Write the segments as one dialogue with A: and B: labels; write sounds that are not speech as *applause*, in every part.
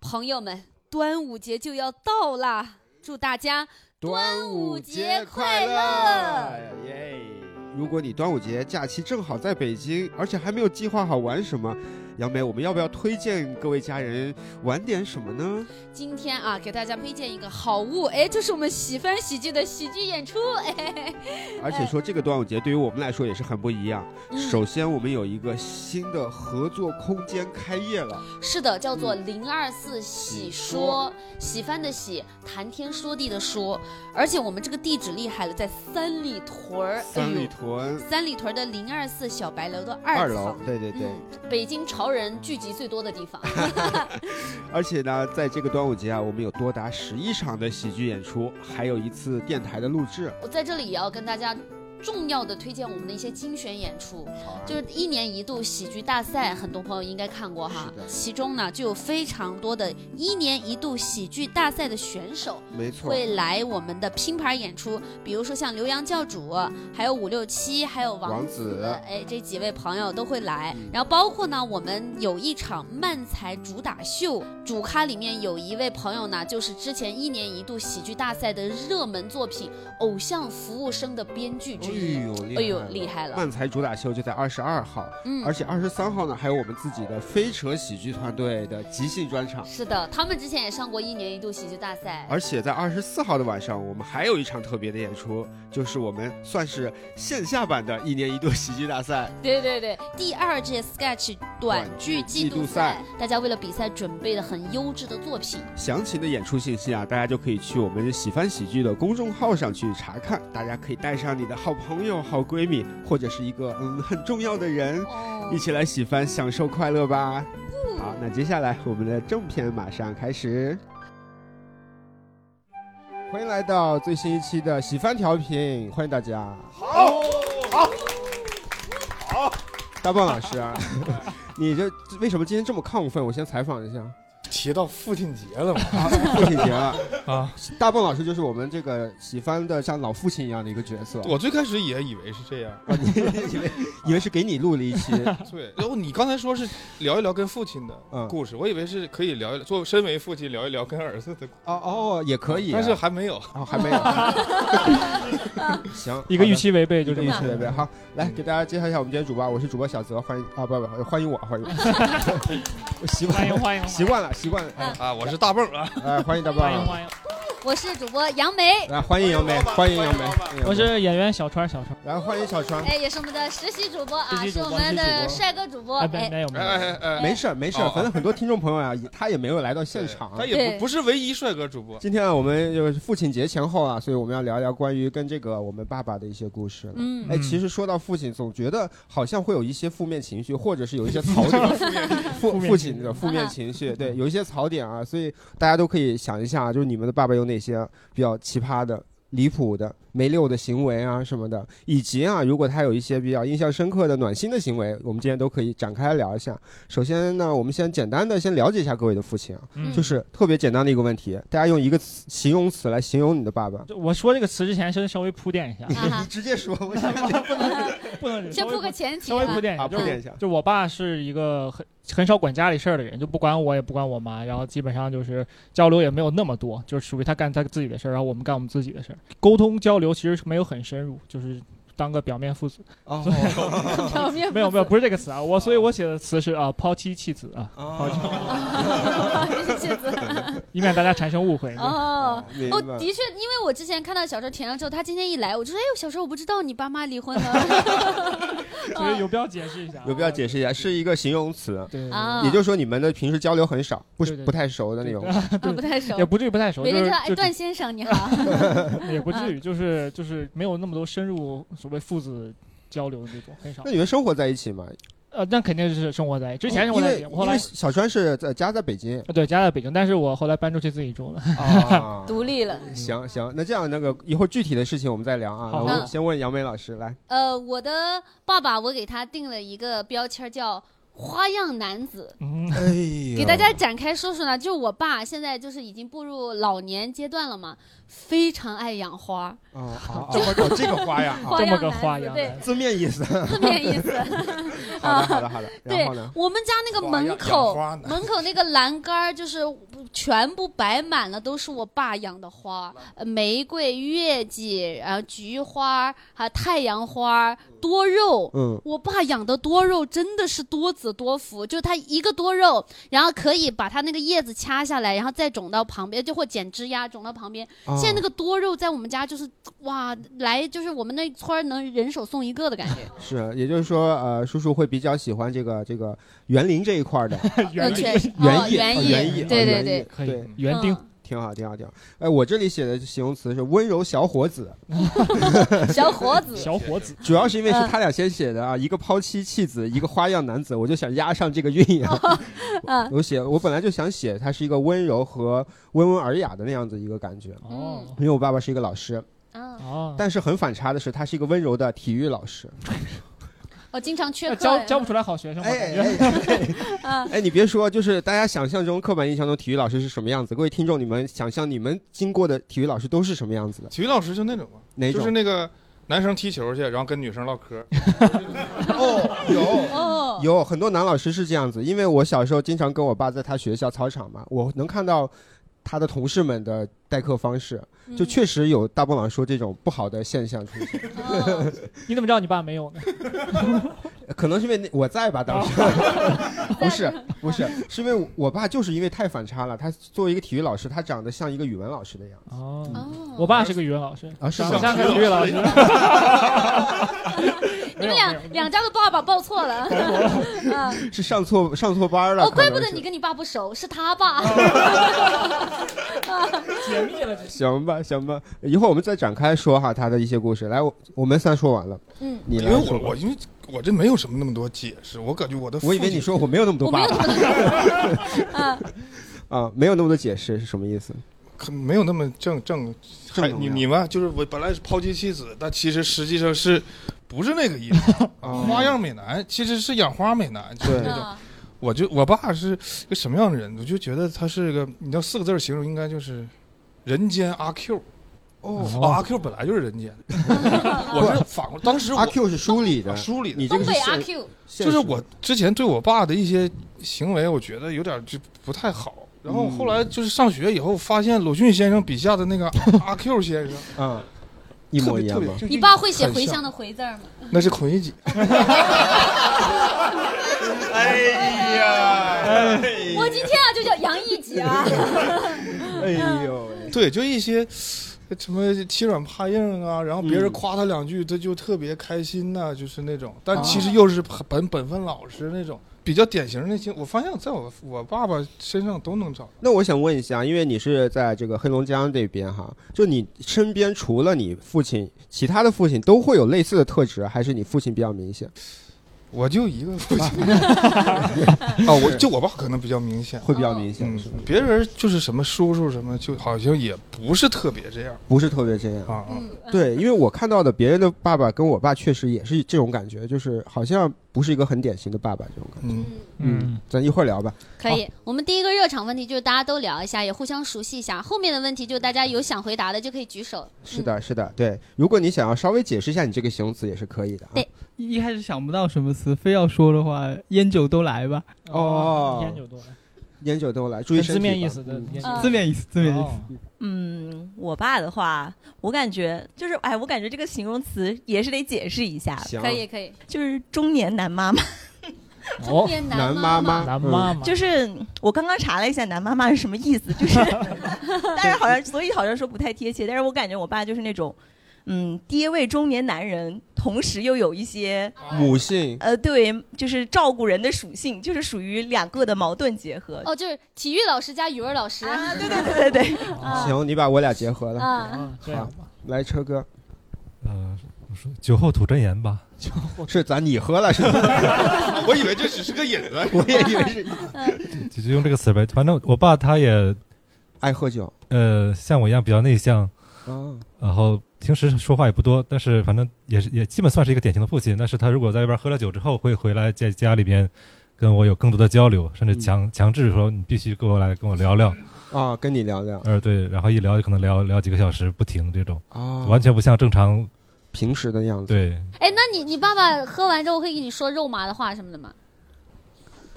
A: 朋友们，端午节就要到啦，祝大家
B: 端
A: 午节
B: 快
A: 快乐！
B: 耶！
C: 如果你端午节假期正好在北京，而且还没有计划好玩什么，杨梅，我们要不要推荐各位家人玩点什
A: *laughs*
C: 么呢？
A: 今天啊，给大家推荐一个好物，哎，就是我们喜翻喜剧的喜剧演出， *laughs* 哎，
C: 而且说这个端午节对于我们来说也是很不一样。
A: 嗯
C: 首先，我们有一个新的合作空间开业了，
A: 是的，叫做
C: 嗯
A: 零二四喜
C: 喜
A: 说，喜翻的喜，谈天说地的说，而且我们这个地址厉害了，在三里屯儿，哎
C: 三
A: 呦
C: 里屯
A: 三里屯儿的零二四小白楼的
C: 二
A: 二
C: 楼
A: 层。，
C: 对对对。
A: 嗯，北京潮人聚集最多的地方。
C: 而且呢，在这个端午节啊，我们有多达十一场的喜剧演出，还有一次电台的录制。
A: 我在这里也要跟大家重要的推荐我们的一些精选演出，
C: 啊
A: 就是一年一度喜剧大赛，很多朋友应该看过哈
C: 是的。
A: 其中呢，就有非常多的一年一度喜剧大赛的选手
C: 没错，
A: 会来我们的拼盘演出，比如说像刘洋教主，还有五六七，还有王
C: 王子
A: 哎，这几位朋友都会来
C: 嗯，
A: 然后包括呢，我们有一场漫才主打秀，主咖里面有一位朋友呢，就是之前一年一度喜剧大赛的热门作品《偶像服务生》的编剧之一。
C: 哎呦，厉害了！
A: 哎呦厉害了
C: 漫才主打秀就在二十二号，
A: 嗯
C: 而且二十三号呢，还有我们自己的飞车喜剧团队的即兴专场。
A: 是的，他们之前也上过一年一度喜剧大赛。
C: 而且在二十四号的晚上，我们还有一场特别的演出，就是我们算是线下版的一年一度喜剧大赛。
A: 对对对，第二届 Sketch 短剧季度赛，大家为了比赛准备了很优质的作品。
C: 详情的演出信息啊，大家就可以去我们喜翻喜剧的公众号上去查看。大家可以带上你的好朋友、好闺蜜，或者是一个嗯很重要的人，
A: 哦
C: 一起来喜翻，享受快乐吧。好，那接下来我们的正片马上开始。欢迎来到最新一期的喜翻调频，欢迎大家。
B: 好，
C: 大棒老师啊，你这为什么今天这么亢奋？我先采访一下。
B: 提到父亲节了嘛？
C: 啊，父亲节了，
D: *laughs* 啊，
C: 大棒老师就是我们这个喜翻的像老父亲一样的一个角色。
D: 我最开始也以为是这样。
C: 啊，你以为以为是给你录了一期，
D: *laughs* 对，然后你刚才说是聊一聊跟父亲的
C: 嗯
D: 故事，我以为是可以聊一聊，做身为父亲聊一聊跟儿子的故事，
C: 哦哦，也可以，
D: 但是还没有。
C: 哦还没有， *laughs* 行，
E: 一个预
C: 期，
E: 期违背就
C: 一
E: 是
C: 个预期违背。好，来给大家介绍一下我们今天主播，我是主播小泽，欢迎啊，不不，欢迎我， *laughs* 欢
E: *laughs*
C: 迎我，我习惯
E: 欢迎
C: 了，
E: 欢迎
C: 习惯了，习惯了，哎
D: 啊，我是大蹦儿啊，
C: 哎，欢迎大
E: 欢迎
C: 棒，
E: 欢迎，
A: 我是主播杨梅，
C: 来啊欢迎杨梅，欢迎杨梅，欢迎杨梅
E: 我是演员小川小川，
C: 来欢迎小川。
A: 哎，也是我们的实习主播啊，
E: 实习
A: 是
E: 主播
A: 我们
C: 实习主
A: 的
C: 播
A: 帅哥主播，
E: 哎没
A: 哎，
E: 没有没
D: 哎
E: 有，
D: 哎哎哎，
C: 没事儿没事儿，
D: 哦
C: 反正很多听众朋友啊，也他也没有来到现场。
D: *laughs*
C: 啊
D: 他
A: 对
D: 也不不是唯一帅哥主播。
C: 今天啊，我们就是父亲节前后啊，所以我们要聊一聊关于跟这个我们爸爸的一些故事了。
A: 嗯，
C: 哎，
E: 嗯
C: 其实说到父亲，总觉得好像会有一些负面情绪，或者是有一
D: *laughs*
C: 些槽
A: *laughs*
C: 点，父
E: 负面
C: 父亲的负
E: 啊
C: 面情绪，对，有一些槽点啊，所以大家都可以想一下，啊就是你们的爸爸有哪些比较奇葩的、离谱的、没溜的行为啊什么的，以及啊，如果他有一些比较印象深刻的、暖心的行为，我们今天都可以展开来聊一下。首先呢，我们先简单的先了解一下各位的父亲啊，
E: 嗯
C: 就是特别简单的一个问题，大家用一个词形容词来形容你的爸爸，
E: 就我说这个词之前，先稍微铺垫一下，
A: 啊哈，
C: 直接说，我想
E: 不能
A: 先
E: 稍微
A: 铺个前提
E: 稍微
A: 吧
E: 铺。垫
A: *laughs*
E: 一
C: 啊，
E: 下，
C: 铺
E: 就是
C: 垫一下。
E: 就我爸是一个很很少管家里事儿的人，就不管我也不管我妈，然后基本上就是交流也没有那么多，就是属于他干他自己的事儿，然后我们干我们自己的事儿，沟通交流其实是没有很深入，就是当个表面
A: *laughs*
E: 父子，
C: 哦，
A: 表面
E: 没有没有，不是这个词啊，我所以我写的词是啊抛妻弃子啊，抛妻
A: 哦谢子
E: 以免大家产生误会。
A: 哦。
C: *laughs* 明
A: 哦，
C: 白。
A: 的确，因为我之前看到小周填了之后，他今天一来，我就说：“哎呦，小周，我不知道你爸妈离婚
E: *laughs*
A: 了。 *laughs*
E: 所
A: 哦
E: 以有必要解释一下，
C: 有必要解释一下，是一个形容词，
E: 对”对
A: 啊，
C: 也就是说你们的平时交流很少，不是
E: 对对对
C: 不太熟的那种。
A: 啊不太熟
E: 也，不至于不太熟，
A: 每
E: 就
A: 天
E: 是
A: 说：“哎，
E: 就
A: 段先生你
E: *laughs*
A: 好。
E: 也不
A: 嗯
E: 至于，就是就是没有那么多深入所谓父子交流的那种，很少
C: 那。你们生活在一起吗？哦
E: 呃，那肯定是生活在之前生活
C: 因
E: 在
C: 为
E: 一起，我后
C: 因
E: 来
C: 为小川是在家在
E: *laughs*
C: 北京
E: 对家在北京，但是我后来搬出去自己住了。
C: 啊”。
A: 独立了。
C: 行行，那这样那个以后具体的事情我们再聊啊。
E: 好
C: 我们
A: 嗯
C: 先问杨梅老师来，
A: 呃，我的爸爸，我给他定了一个标签儿叫花样男子。
E: 嗯，
C: 哎呦
A: 给大家展开说说呢，就我爸现在就是已经步入老年阶段了嘛，非常爱养 *laughs* 花，
C: 哦，
E: *laughs*
C: 好
B: 这么搞这个花样啊！
A: 花
E: 这么
A: 样
E: 个
A: 男
E: 花
A: 子
E: 样
A: 对，
C: 字面意思。
A: 字
C: *laughs*
A: 面啊意思。
C: 好的，好的，好的。
A: 对
C: 然后呢？
A: 我们家那个
B: 花
A: 门
B: 样
A: 口
B: 养花呢
A: 门口那个栏杆儿就是全部摆满了都是我爸养的花，呃玫瑰、月季，然后菊花，还有太阳花、多肉。
C: 嗯，
A: 我爸养的多肉真的是多子多福，就他一个多肉，然后可以把它那个叶子掐下来，然后再种到旁边，就或剪枝丫种到旁边。
C: 哦
A: 现在那个多肉在我们家就是哇，来就是我们那村儿能人手送一个的感觉。
C: *laughs* 是，也就是说，呃，叔叔会比较喜欢这个这个园林这一块的
E: *laughs* 园
A: 确
E: 丁
A: 实哦
C: 园艺，
A: 园
C: 哦
A: 艺，
C: 园艺，
A: 对对
C: 哦园艺
A: 对，
E: 可
C: 对
E: 以，园丁
A: 嗯
C: 挺好，挺好，挺好。哎，我这里写的形容词是温柔小伙子， *laughs*
A: 小伙子，
E: 小伙子，
C: 主要是因为是
A: 嗯
C: 他俩先写的啊，一个抛妻弃子，一个花样男子，我就想押上这
E: *laughs*
C: 个韵啊。
A: 嗯
C: 我写，我本来就想写他是一个温柔和温文尔雅的那样子一个感觉，
E: 哦
C: 因为我爸爸是一个老师，
A: 啊，
E: 哦，
C: 但是很反差的是，他是一个温柔的体育老师。
A: 我经常缺
E: 那
A: 课，
E: 教教不出来好学生，我感
C: 哎
E: 觉
C: 哎
E: 嗯
C: 哎！哎，你别说，就是大家想象中刻板印象中体育老师是什么样子？各位听众，你们想象你们经过的体育老师都是什么样子的？
D: 体育老师就那种嘛，
C: 哪
D: 就是
C: 种？
D: 那个男生踢球去，然后跟女生唠嗑，
C: 有。
A: 哦，
C: 有很多男老师是这样子，因为我小时候经常跟我爸在他学校操场嘛，我能看到他的同事们的代课方式，就确实有大波老说这种不好的现象
A: *laughs*
C: 出现，
A: 嗯哦
E: 你怎么知道你爸没
C: *laughs*
E: 有呢？
C: 可能是因为那我在吧，当时
A: 哦
C: *laughs* 不是不是，是因为我爸就是因为太反差了，他作为一个体育老师，他长得像一个语文老师的样子
E: 哦，
A: 哦，
E: 我爸是个语文老师，
C: 啊，是
E: 长
C: 吗
E: 得像个体育老师。
A: 你
E: 没
A: 们
E: 有没有
A: 两两家的爸爸报错
E: *laughs*
A: 了，嗯，
C: *laughs* 是上错上错班了，
A: 哦，怪
C: 可
A: 不
C: 能
A: 得
C: 是
A: 你跟你爸不熟，是他爸，
E: 解密了这是。
C: 行吧行吧，一会儿我们再展开说哈他的一些故事，来我我们三说完了，
A: 嗯，
C: 你
D: 因
C: 来
D: 为
C: 说
D: 我
C: 吧
D: 我因为我这没有什么那么多解释，我感觉我的父
C: 我以为
D: 亲
C: 你说我没有那么多
A: 我没
C: 爸
A: 有
C: 爸
A: 怎么，
C: 啊，没有那么多解释是什么意思？
D: 可 *laughs* 没有那么正正，
C: 正
D: 还
C: 能
D: 你
C: 量
D: 你们就是我本来是抛妻弃子，但其实实际上是不是那个意
C: *laughs*
D: 思？
C: 哦
D: 花样美男其实是养花美男，就是
C: 对
D: 那种。
A: 啊
D: 我就我爸是个什么样的人？我就觉得他是个，你知道四个字儿形容应该就是人间阿 Q。
C: 哦
D: 啊阿 Q 本来就是
A: *laughs*
D: 人间，我是反过，当时
C: 阿
D: 我
C: Q 是书里的，
D: 梳理的
C: 你这
A: 东
C: 个是
A: 北阿
C: 现，
A: Q，
C: 现
D: 就
C: 实
D: 是我之前对我爸的一些行为，我觉得有点就不太好。
C: 嗯
D: 然后后来就是上学以后，发现鲁迅先生笔下的那个阿 *laughs* Q 先生
C: 啊，一
D: 特
C: 模
D: 别
C: 一
D: 特
C: 样
D: 别
C: 吗？，
D: 就
A: 你爸会写
D: 很
A: 回
D: 像
A: 乡的回字儿吗？
D: 那是孔乙己。
B: 哎呀，
A: 我今天啊就叫杨一吉
C: *laughs*
A: 啊，
C: 哎呦喂，
D: 对，就一些呃什么欺软怕硬啊，然后别人
C: 嗯
D: 夸他两句，他就特别开心呐、就是那种。
C: 啊
D: 但其实又是本本分老实那种，比较典型的那些。我发现，在我我爸爸身上
C: *laughs*
D: 都能找到。
C: 那我想问一下，因为你是在这个黑龙江这边哈，就你身边除了你父亲，其他的父亲都会有类似的特质，还是你父亲比较明显？
D: 我就一
C: *laughs*
D: 个父亲啊，我就我爸可能比较明显。
C: 会比较明显，
D: 嗯
C: 是吗，
D: 别人就是什么叔叔什么，就好像也不是特别这样
C: 不是特别这样。
D: 啊。
A: 嗯，
C: 对，因为我看到的别人的爸爸跟我爸确实也是这种感觉，就是好像不是一个很典型的爸爸这种感觉。
D: 嗯，
A: 嗯。
E: 嗯，
C: 咱一会儿聊吧。
A: 可以，我们第一个热场问题就是大家都聊一下，也互相熟悉一下。后面的问题就大家有想回答的就可以举手。
C: 是的，是的，对。如果你想要稍微解释一下你这个形容词，也是可以的啊。
A: 对
F: 一一开始想不到什么词，非要说的话，烟酒都来吧，
C: 哦
E: 烟酒多了，
C: 烟酒都来，注意
E: 跟
C: 身
E: 字
C: 体
E: 面
C: 吧
E: 意思的
C: 嗯
E: 烟酒
A: 嗯
F: 字面意思，字面意思。
E: 哦
G: 嗯，我爸的话，我感觉就是，哎，我感觉这个形容词也是得解释一下，
C: 行，
A: 可以可以，
G: 就是中年男妈妈。
E: 哦，
A: 天
C: 男
A: 妈
C: 妈嗯
E: 男妈妈
G: 就是我刚刚查了一下“男妈妈”是什么意思，就是， *laughs* 但是好像所以好像说不太贴切，但是我感觉我爸就是那种，嗯，爹味中年男人，同时又有一些
C: 母性
G: 呃，对，就是照顾人的属性，就是属于两个的矛盾结合。
A: 哦，就是体育老师加语文老师
G: 啊，对
A: *laughs*
G: 对对对对，
E: 啊
C: 行，你把我俩结合了。
A: 啊，
E: 啊，这样吧，
C: 来，
E: *laughs*
C: 车哥，
H: 呃，我说酒后吐真言吧，
C: *laughs* 是咱你喝
E: *laughs*
C: 了是吧？
D: 我以为这只是个引子。
C: 我也以为是你
H: 就就用这个词呗。反正我爸他也
C: 爱喝酒
H: 呃像我一样比较内向，
C: 啊。
H: 然后平时说话也不多，但是反正也是也基本算是一个典型的父亲。但是他如果在外边喝了酒之后，会回来在家里边跟我有更多的交流，
C: 嗯
H: 甚至强、强制说你必须跟我来跟我聊聊。
C: 啊，跟你聊聊
H: 呃，对，然后一聊就可能聊聊几个小时不停这种，
C: 啊，
H: 完全不像正常
C: 平时的样子。
H: 对，
A: 哎，那你你爸爸喝完之后会跟你说肉麻的话什么的吗？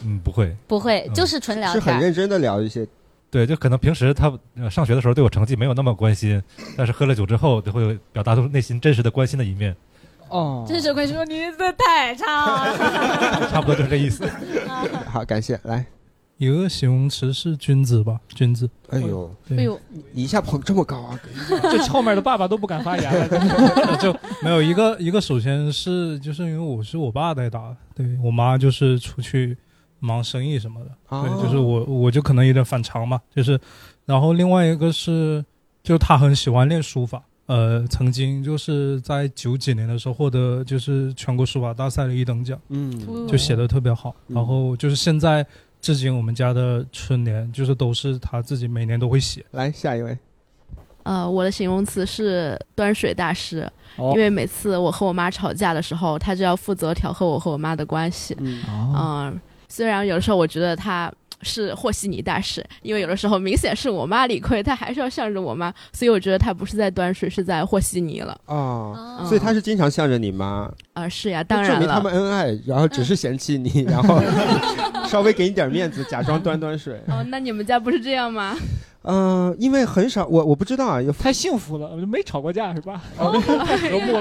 H: 嗯，不会，
A: 不会，
H: 嗯
A: 就是纯聊
C: 是很
A: 天。
C: 认真的聊一些
H: 对，就可能平时他呃上学的时候对我成绩没有那么关心，但是喝了酒之后就会有表达出内心真实的关心的一面，
F: 哦，
A: 这首歌说你这太差了，
H: *laughs* 差不多就是这
A: *laughs*
H: 意思。
C: 好，感谢来。
F: 有一个形容词是君子吧？君子，
C: 哎呦，
A: 哎呦，
C: 你一下捧这么高啊！
E: *laughs* 这后面的爸爸都不敢发言
A: *laughs*
E: 了。
C: *laughs*
F: 就没有一个一个，首先是就是因为我是我爸带大的，对我妈就是出去忙生意什么的，
C: 啊，
F: 对，就是我我就可能有点反常嘛，就是，然后另外一个是，就他很喜欢练书法，呃，曾经就是在九几年的时候获得就是全国书法大赛的一等奖，
C: 嗯
F: 就写的特别好，
C: 嗯
F: 然后就是现在至今我们家的春联就是都是他自己每年都会写，
C: 来下一位，
I: 呃，我的形容词是端水大师，
E: 哦
I: 因为每次我和我妈吵架的时候，他就要负责调和我和我妈的关系。
C: 嗯，
I: 嗯、
F: 哦，
I: 虽然有的时候我觉得他是和稀泥大师，因为有的时候明显是我妈理亏，他还是要向着我妈，所以我觉得他不是在端水，是在和稀泥了。
C: 啊。
A: 哦
C: 所以他是经常向着你妈，
I: 啊、是呀，当
C: 证
I: 然
C: 明他
I: 了
C: 们。恩爱，然后只是嫌
A: *laughs*
C: 弃你，然后 *laughs* 稍微给你点面子，假装端
E: *laughs*
C: 端水。
I: 哦，那你们家不是这样吗？
C: 嗯、因为很少，我我不知道啊，有
E: 太幸福了，没吵过架是吧？
I: *laughs*
A: 你们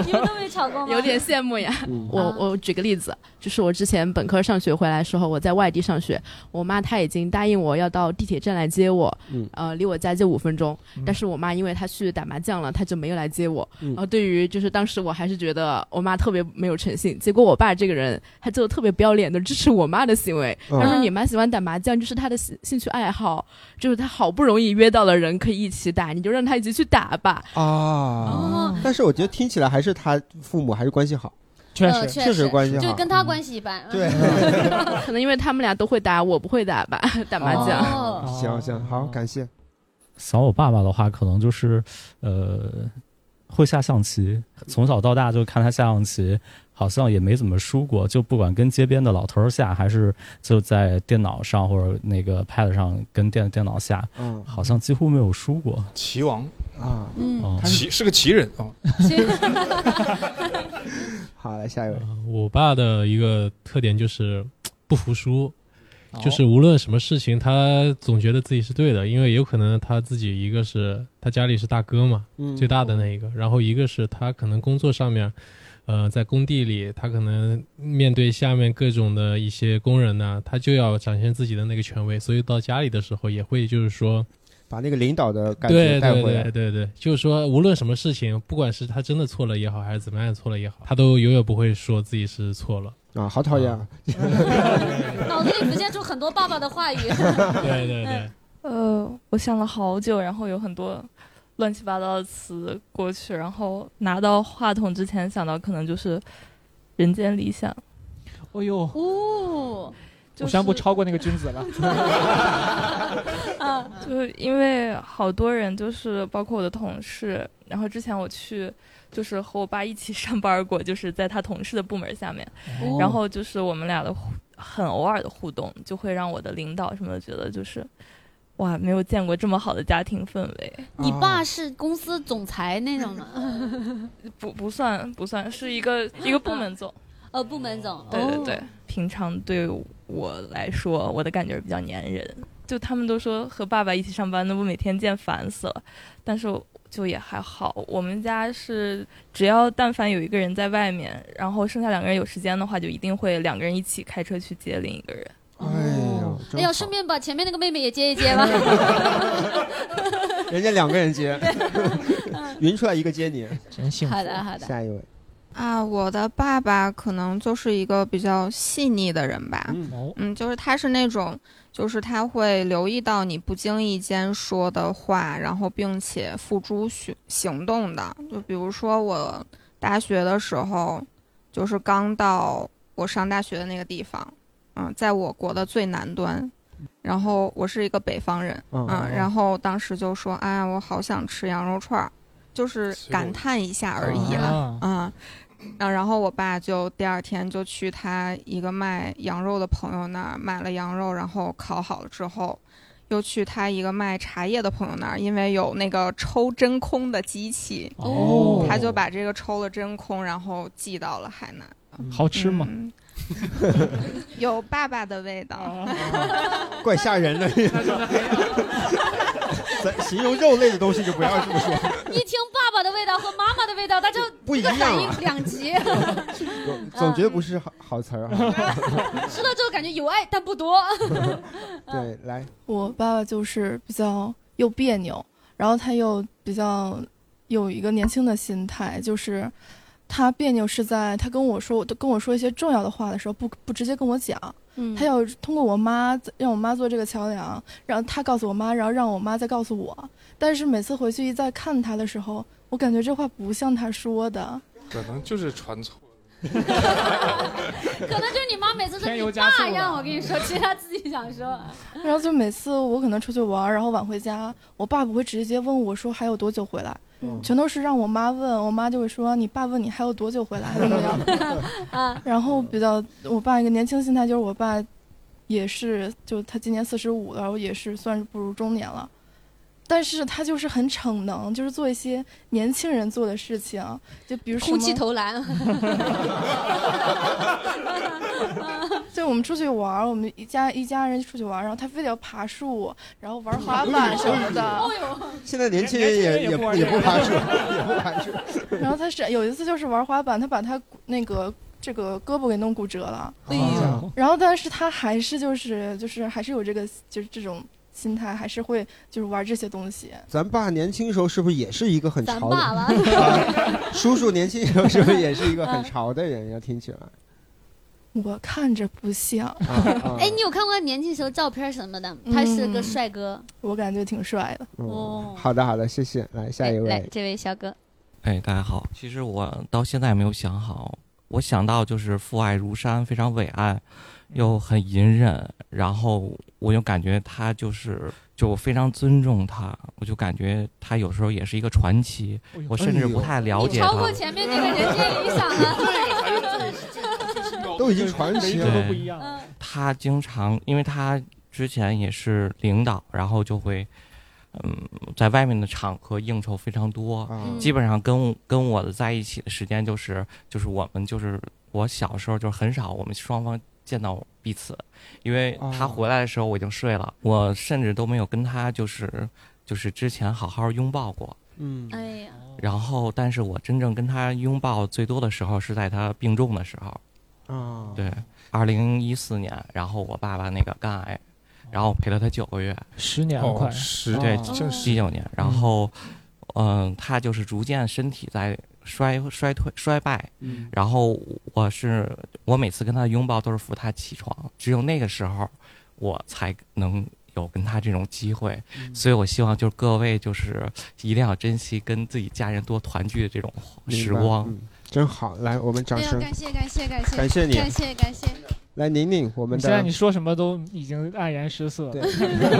A: 你们都没吵过吗？
I: 有点羡慕呀。
C: 嗯
I: *laughs* 我我举个例子，就是我之前本科上学回来的时候，我在外地上学，我妈她已经答应我要到地铁站来接我，
C: 嗯
J: 哦
I: 呃，离我家就五分钟
E: 嗯，
I: 但是我妈因为她去打麻将了，她就没有来接我。
C: 嗯
I: 然后对于就是当时我还是觉得我妈特别没有诚信，结果我爸这个人他就特别不要脸的支持我妈的行为，
C: 嗯
I: 他说你妈喜欢打麻将，就是她的兴兴趣爱好，就是她好不容易约到了人可以一起打，你就让她一起去打吧。
C: *laughs* 啊。
A: 哦，
C: 但是我觉得听起来还是他父母还是关系好，
E: 确
A: 呃
E: 实，
A: 确
C: 确实关系好，嗯
A: 就跟他关系一般。
C: 对，
I: *laughs* 可能因为他们俩都会打，我不会打吧， *laughs* 打麻将。
A: 哦
C: 行行好，感谢。
K: 想我爸爸的话，可能就是呃会下象棋，从小到大就看他下象棋，好像也没怎么输过，就不管跟街边的老头儿下，还是就在电脑上或者那个 Pad 上跟电电脑下，
C: 嗯
K: 好像几乎没有输过。
D: 棋王，
C: 啊，
A: 嗯，
K: 嗯
D: 棋是个奇人啊，
C: 好，来下一位。
L: 啊我爸的一个特点就是不服输，
C: 哦
L: 就是无论什么事情，他总觉得自己是对的，因为有可能他自己一个是他家里是大哥嘛，
C: 嗯
L: 最大的那一个，然后一个是他可能工作上面，呃，在工地里，他可能面对下面各种的一些工人呢，他就要展现自己的那个权威，所以到家里的时候也会就是
C: 哦
L: 说，
C: 把那个领导的感觉
L: 对
C: 带
L: 对
C: 回
L: 对
C: 来。
L: 对对，就是说无论什么事情，不管是他真的错了也好，还是怎么样错了也好，他都永远不会说自己是错了。
C: 啊，好讨厌啊！
A: *laughs* 脑子里浮现出很多爸爸的话语。
C: 嗯
L: 对对对，
M: *laughs* 呃，我想了好久，然后有很多乱七八糟的词过去，然后拿到话筒之前想到可能就是“人间理想
E: 哎呦，”，
A: 哦，
M: 就是
E: 我宣布超过那个君子了。
A: *laughs*
M: *laughs* 啊就是因为好多人就是包括我的同事，然后之前我去就是和我爸一起 *laughs* 上班过，就是在他同事的部门下面，然后就是我们俩的互很偶尔的互动，就会让我的领导什么的觉得就是哇，没有见过这么好的家庭氛围。
A: 你爸是公司总裁那种吗？
M: *laughs* 不不算不算，是一个一个部门总。
A: 呃，部门总。
M: 对对对
A: 哦，，
M: 平常对我来说，我的感觉比较粘人。就他们都说和爸爸一起上班，那不每天见烦死了。但是就也还好，我们家是只要但凡有一个人在外面，然后剩下两个人有时间的话，就一定会两个人一起开车去接另一个人。
C: 哎呦，
A: 哎
C: 真
A: 呀，
C: 好
A: 顺便把前面那个妹妹也接一接吧。
C: *laughs* 人家两个
A: *laughs*
C: 人接， *laughs* 匀出来一个接你。
E: 真幸福
A: 好。的好的，
C: 下一位，
N: 啊，我的爸爸可能就是一个比较细腻的人吧。
C: 嗯 *laughs*
E: 哦，
N: 嗯，就是他是那种，就是他会留意到你不经意间说的话，然后并且付诸行行动的。就比如说我大学的时候，就是刚到我上大学的那个地方，嗯，在我国的最南端。然后我是一个北方人，
C: 嗯
N: 嗯，然后当时就说，哎呀，我好想吃羊肉串儿，就是
D: 随口
N: 感叹一下而已了。
E: 啊
N: 啊、啊，然后我爸就第二天就去他一个卖羊肉的朋友那儿买了羊肉，然后烤好了之后，又去他一个卖茶叶的朋友那儿，因为有那个抽真空的机器，
E: 哦
N: 他就把这个抽了真空，然后寄到了海南。
E: 好吃吗？
A: 嗯
N: 有爸爸的味
E: 哦 *laughs*
N: 道，
C: 怪吓人的。咱形容肉类的东西就不要这么说。
A: 一听爸爸的味道和妈妈的味道，大家
C: 不一
A: 这个
C: 样
A: 反
C: 啊
A: 应两极。
C: 总总觉得不是好好词儿啊。
A: 吃了之后感觉有爱但不多。
C: 对，来，
O: 我爸爸就是比较又别扭，然后他又比较有一个年轻的心态，就是他别扭是在他跟我说跟我说一些重要的话的时候，不不直接跟我讲，
J: 嗯
O: 他要通过我妈让我妈做这个桥梁，然后他告诉我妈，然后让我妈再告诉我。但是每次回去一再看他的时候，我感觉这话不像他说的。
D: 可能就是传错。
A: 可能就是你妈每次说
O: 添油
A: 你
O: 加醋
A: 爸
O: 了
A: 让我跟你说，其实她自己想说。啊
O: 然后就每次我可能出去玩儿，然后晚回家，我爸不会直接问我说还有多久回来，
A: 嗯
O: 全都是让我妈问，我妈就会说你爸问你还有多久回来，怎么样？
A: *laughs* 啊
O: 然后比较我爸一个年轻心态就是我爸也是，就他今年四十五了，然后也是算是步入中年了。但是他就是很逞能，就是做一些年轻人做的事情，就比如什么
A: 哭泣投篮，啊 *laughs*
O: 就我们出去玩儿，我们一家一家人出去玩儿，然后他非得要爬树，然后玩滑板什
A: *laughs*
O: 么的。
A: 哎
C: 现在年轻人也也不也不爬树，也不爬树。
O: 然后他是有一次就是玩滑板，他把他骨那个这个胳膊给弄骨折了。
C: 哎呦
O: 然后但是他还是就是就是还是有这个就是这种心态，还是会就是玩这些东西。
C: 咱爸年轻时候是不是也是一个很
O: 咱
C: 潮
O: 爸了
C: 的？叔叔年轻时候是不是也是一个很潮的人呀？听起来，
O: *laughs* 我看着不像，
C: 啊
A: 哎，你有看过他年轻时候照片什么的？他是个帅哥，
O: 嗯我感觉挺帅的。
A: 哦，
C: 嗯好的好的，谢谢。来下一
A: 来
C: 位，
A: 这位小哥，
P: 哎，大家好。其实我到现在也没有想好，我想到就是父爱如山，非常伟岸，又很隐忍，然后我又感觉他就是就我非常尊重他，我就感觉他有时候也是一个传奇，
A: 哎
P: 我甚至不太了解他。
A: 超过前面那个人最理想了。 *laughs*
C: 都已经传奇了，
P: 对
C: 都不一样。
P: 他经常，因为他之前也是领导，然后就会，嗯，在外面的场合应酬非常多，
C: 嗯
P: 基本上跟我跟我的在一起的时间就是就是我们就是我小时候就是很少我们双方见到彼此，因为
C: 哦
P: 他回来的时候我已经睡了，我甚至都没有跟他就是就是之前好好拥抱过。
C: 嗯，
A: 哎呀，
P: 然后，但是我真正跟他拥抱最多的时候是在他病重的时候，
C: 啊，
P: 对，二零一四年，然后我爸爸那个肝癌，
C: 哦
P: 然后我陪了他九个月，
E: 十年了哦快十
P: 对，
E: 哦真是
P: 一九年，然后，嗯，他就是逐渐身体在衰衰退衰败
E: 嗯，
P: 然后我是我每次跟他的拥抱都是扶他起床，只有那个时候我才能。有跟他这种机会，
C: 嗯
P: 所以我希望就是各位就是一定要珍惜跟自己家人多团聚的这种时
C: 明白
P: 光。
C: 嗯真好。来，我们掌
J: 哎呀，
C: 声。
J: 感谢感谢感谢
C: 感谢你
J: 感谢感谢。
C: 来，宁宁，我们
E: 现在
C: 的
E: 你说什么都已经黯然失色
A: *laughs*
C: *laughs*
E: 了。
Q: *laughs*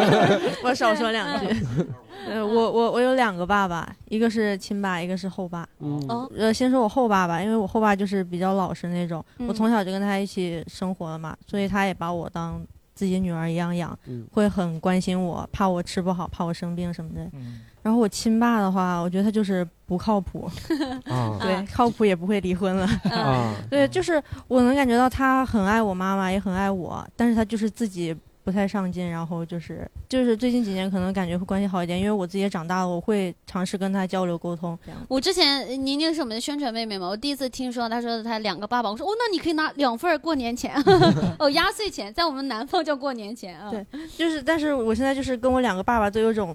Q: 我少说
E: *laughs*
Q: 两句。
J: 嗯
Q: *laughs* 呃，我我我有两个爸爸，一个是亲爸，一个是后爸。
J: 嗯
A: 哦
Q: 呃，先说我后爸吧，因为我后爸就是比较老实那种，
J: 嗯
Q: 我从小就跟他一起生活了嘛，所以他也把我当自己女儿一样养，
J: 嗯
Q: 会很关心我，怕我吃不好，怕我生病什么的。
J: 嗯
Q: 然后我亲爸的话，我觉得他就是不靠谱，*laughs*
J: 啊
Q: 对，靠谱也不会离婚了。
J: 啊
Q: 对，就是我能感觉到他很爱我妈妈，也很爱我，但是他就是自己不太上进，然后就是就是最近几年可能感觉会关系好一点，因为我自己也长大了，我会尝试跟他交流沟通。这样
A: 我之前宁宁是我们的宣传妹妹嘛，我第一次听说她说她两个爸爸，我说哦，那你可以拿两份儿过年钱，哦，压岁钱，在我们南方叫过年钱啊。
Q: 对，就是，但是我现在就是跟我两个爸爸都有种，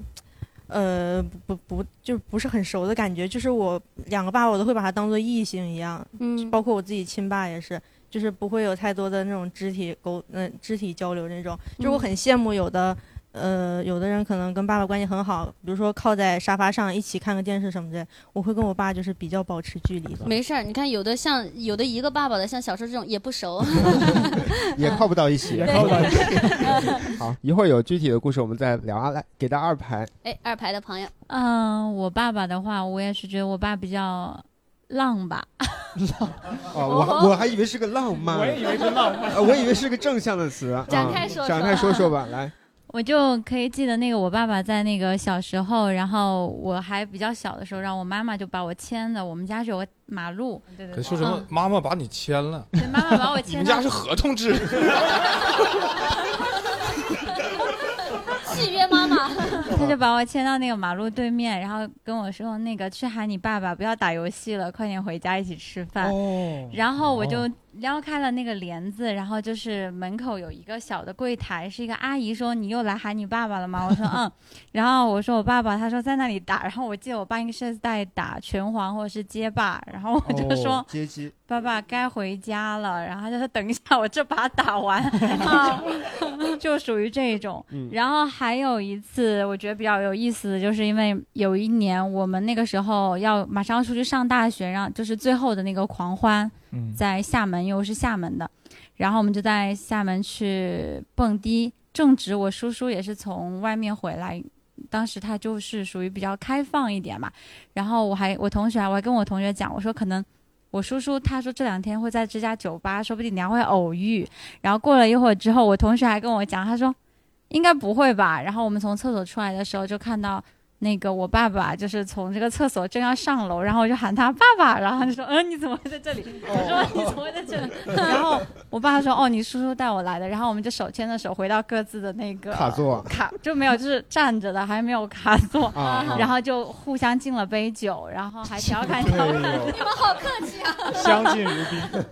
Q: 呃，不不，就是不是很熟的感觉。就是我两个爸爸，我都会把他当做异性一样，
A: 嗯，
Q: 包括我自己亲爸也是，就是不会有太多的那种肢体沟，嗯、肢体交流那种。就是我
J: 嗯
Q: 很羡慕有的，呃，有的人可能跟爸爸关系很好，比如说靠在沙发上一起看个电视什么的，我会跟我爸就是比较保持距离的。
A: 没 *laughs* 事儿，你看有的像有的一个爸爸的，像小时候这种也不熟。
C: *laughs* 也靠不到一起，
A: 也靠不到一
C: 起。 *laughs* 好，一会儿有具体的故事我们再聊啊。来，给到二排，
A: 哎，二排的朋友，
R: 嗯，我爸爸的话，我也是觉得我爸比较浪吧。 *laughs*
C: 哦，我还我还以为是个浪漫，
R: 我也以为是浪漫
C: 啊 *laughs* 我以为是个正向的 *laughs* 词。啊
R: 展开说说
C: 展开说说 *laughs* 吧，来，
R: 我就可以记得那个我爸爸在那个小时候，然后我还比较小的时候，让我妈妈就把我牵的。我们家是有个马路，嗯对对
D: 可说什么？妈妈把你签了，
R: 妈妈把我
D: 你
R: 牵
D: 们
R: 到
D: 家是合同制，
R: 契约妈妈， *laughs* 他就把我牵到那个马路对面，然后跟我说那个去喊你爸爸，不要打游戏了，快点回家一起吃饭。然后我就
S: 哦
R: 撩开了那个帘子，然后就是门口有一个小的柜台，是一个阿姨说你又来喊你爸爸了吗？我说嗯， *laughs* 然后我说我爸爸，他说在那里打，然后我记得我爸应该是在打拳皇或者是街霸，然后我就
S: 哦
R: 说。
C: 哦接机，
R: 爸爸该回家了，然后他就说等一下，我这把打完，啊、就属于这种。
S: 嗯
R: 然后还有一次，我觉得比较有意思的，就是因为有一年我们那个时候要马上要出去上大学，然后就是最后的那个狂欢
S: 嗯，
R: 在厦门，因为我是厦门的，然后我们就在厦门去蹦迪。正值我叔叔也是从外面回来，当时他就是属于比较开放一点嘛。然后我还我同学啊，我还跟我同学讲，我说可能我叔叔他说这两天会在这家酒吧，说不定你还会偶遇。然后过了一会儿之后，我同学还跟我讲，他说应该不会吧。然后我们从厕所出来的时候，就看到那个我爸爸就是从这个厕所正要上楼，然后我就喊他爸爸，然后他就说嗯你怎么会在这里？ *laughs* 我说你怎么会在这里？ *laughs* 然后我爸说哦你叔叔带我来的。然后我们就手牵着手回到各自的那个
C: 卡座
R: 卡就没有就是站着的，还没有卡座
C: 啊啊，
R: *laughs* 然后就互相敬了杯酒，然后还调
C: *laughs*
R: 侃他们。
S: 你
R: 们好客气啊
C: 宾。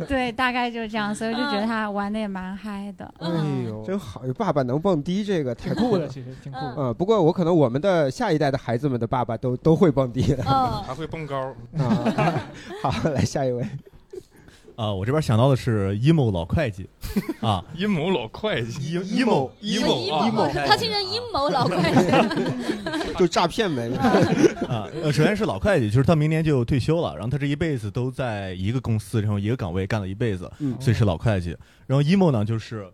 R: 对，大概就是这样，所以我就觉得他玩的也蛮嗨的。
C: 哎呦，真好！爸爸能蹦迪，这个太 *laughs*
E: 挺酷的
C: 了，
E: 其实挺酷的
C: 嗯，不过我可能我们的下一代的孩子们的爸爸都都 *laughs* 会蹦迪的。
D: 还会蹦高。
C: 啊， *laughs* 好，来下一位。
T: 啊，我这边想到的是 emo 老会计啊
D: 阴谋老会计啊
T: ，emo
A: 阴
C: 哦
A: 谋，他听成阴谋老
C: *laughs*
A: 会计。
C: *laughs* 就诈骗没了
T: 啊。呃，首先是老会计，就是他明年就退休了，然后他这一辈子都在一个公司，然后一个岗位干了一辈子，
C: 嗯
T: 所以是老会计。然后 emo 呢，就是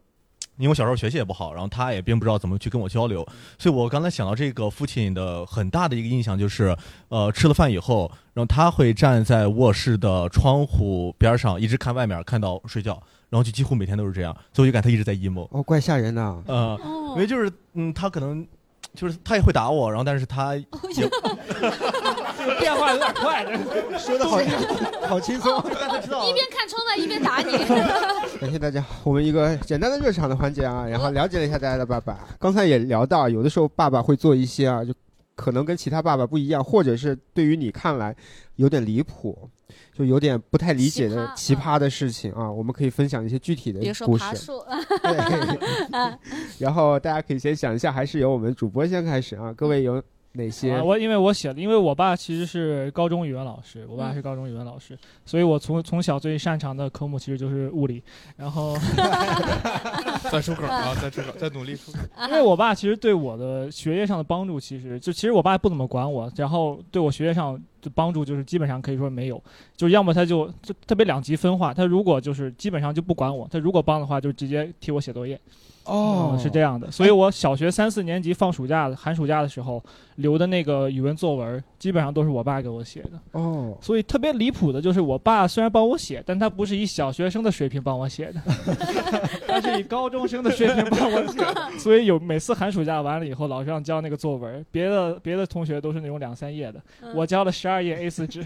T: 因为我小时候学习也不好，然后他也并不知道怎么去跟我交流，所以我刚才想到这个父亲的很大的一个印象就是，呃，吃了饭以后，然后他会站在卧室的窗户边上，一直看外面，看到睡觉，然后就几乎每天都是这样，所以我就感觉他一直在 emo。
C: 哦，怪吓人的。
T: 呃，因为就是嗯，他可能就是他也会打我，然后但是他也
E: 变化有点快，
C: 说的好好轻松。
A: 啊 *laughs* 一边看窗外一边打你。
C: 感谢大家，我们一个简单的热场的环节啊，然后了解了一下大家的爸爸。刚才也聊到，有的时候爸爸会做一些啊，就可能跟其他爸爸不一样，或者是对于你看来有点离谱，就有点不太理解的奇葩的事情啊。我们可以分享一些具体的
A: 嗯别说
C: 故
A: 爬
C: 事，
A: 树，
C: 然后大家可以先想一下，还是由我们主播先开始啊。各位有哪些？
E: 啊、我因为我写的，因为我爸其实是高中语文老师，我爸是高中语文老师，所以我从从小最擅长的科目其实就是物理。然后 *laughs*
D: 再出梗
E: 嗯
D: 啊，再出梗，再努力出梗。
E: *laughs* 因为我爸其实对我的学业上的帮助，其实就其实我爸不怎么管我，然后对我学业上的帮助就是基本上可以说没有，就要么他就就特别两极分化，他如果就是基本上就不管我，他如果帮的话就直接替我写作业。
C: 哦
E: 嗯是这样的，所以我小学三四年级放暑假、寒暑假的时候留的那个语文作文，基本上都是我爸给我写的。
C: 哦，
E: 所以特别离谱的就是，我爸虽然帮我写，但他不是以小学生的水平帮我写的，他是以高中生的水平帮我写的。 *laughs* 所以有每次寒暑假完了以后，老师让交那个作文，别的别的同学都是那种两三页的，
S: 嗯
E: 我交了十二页 A 4纸。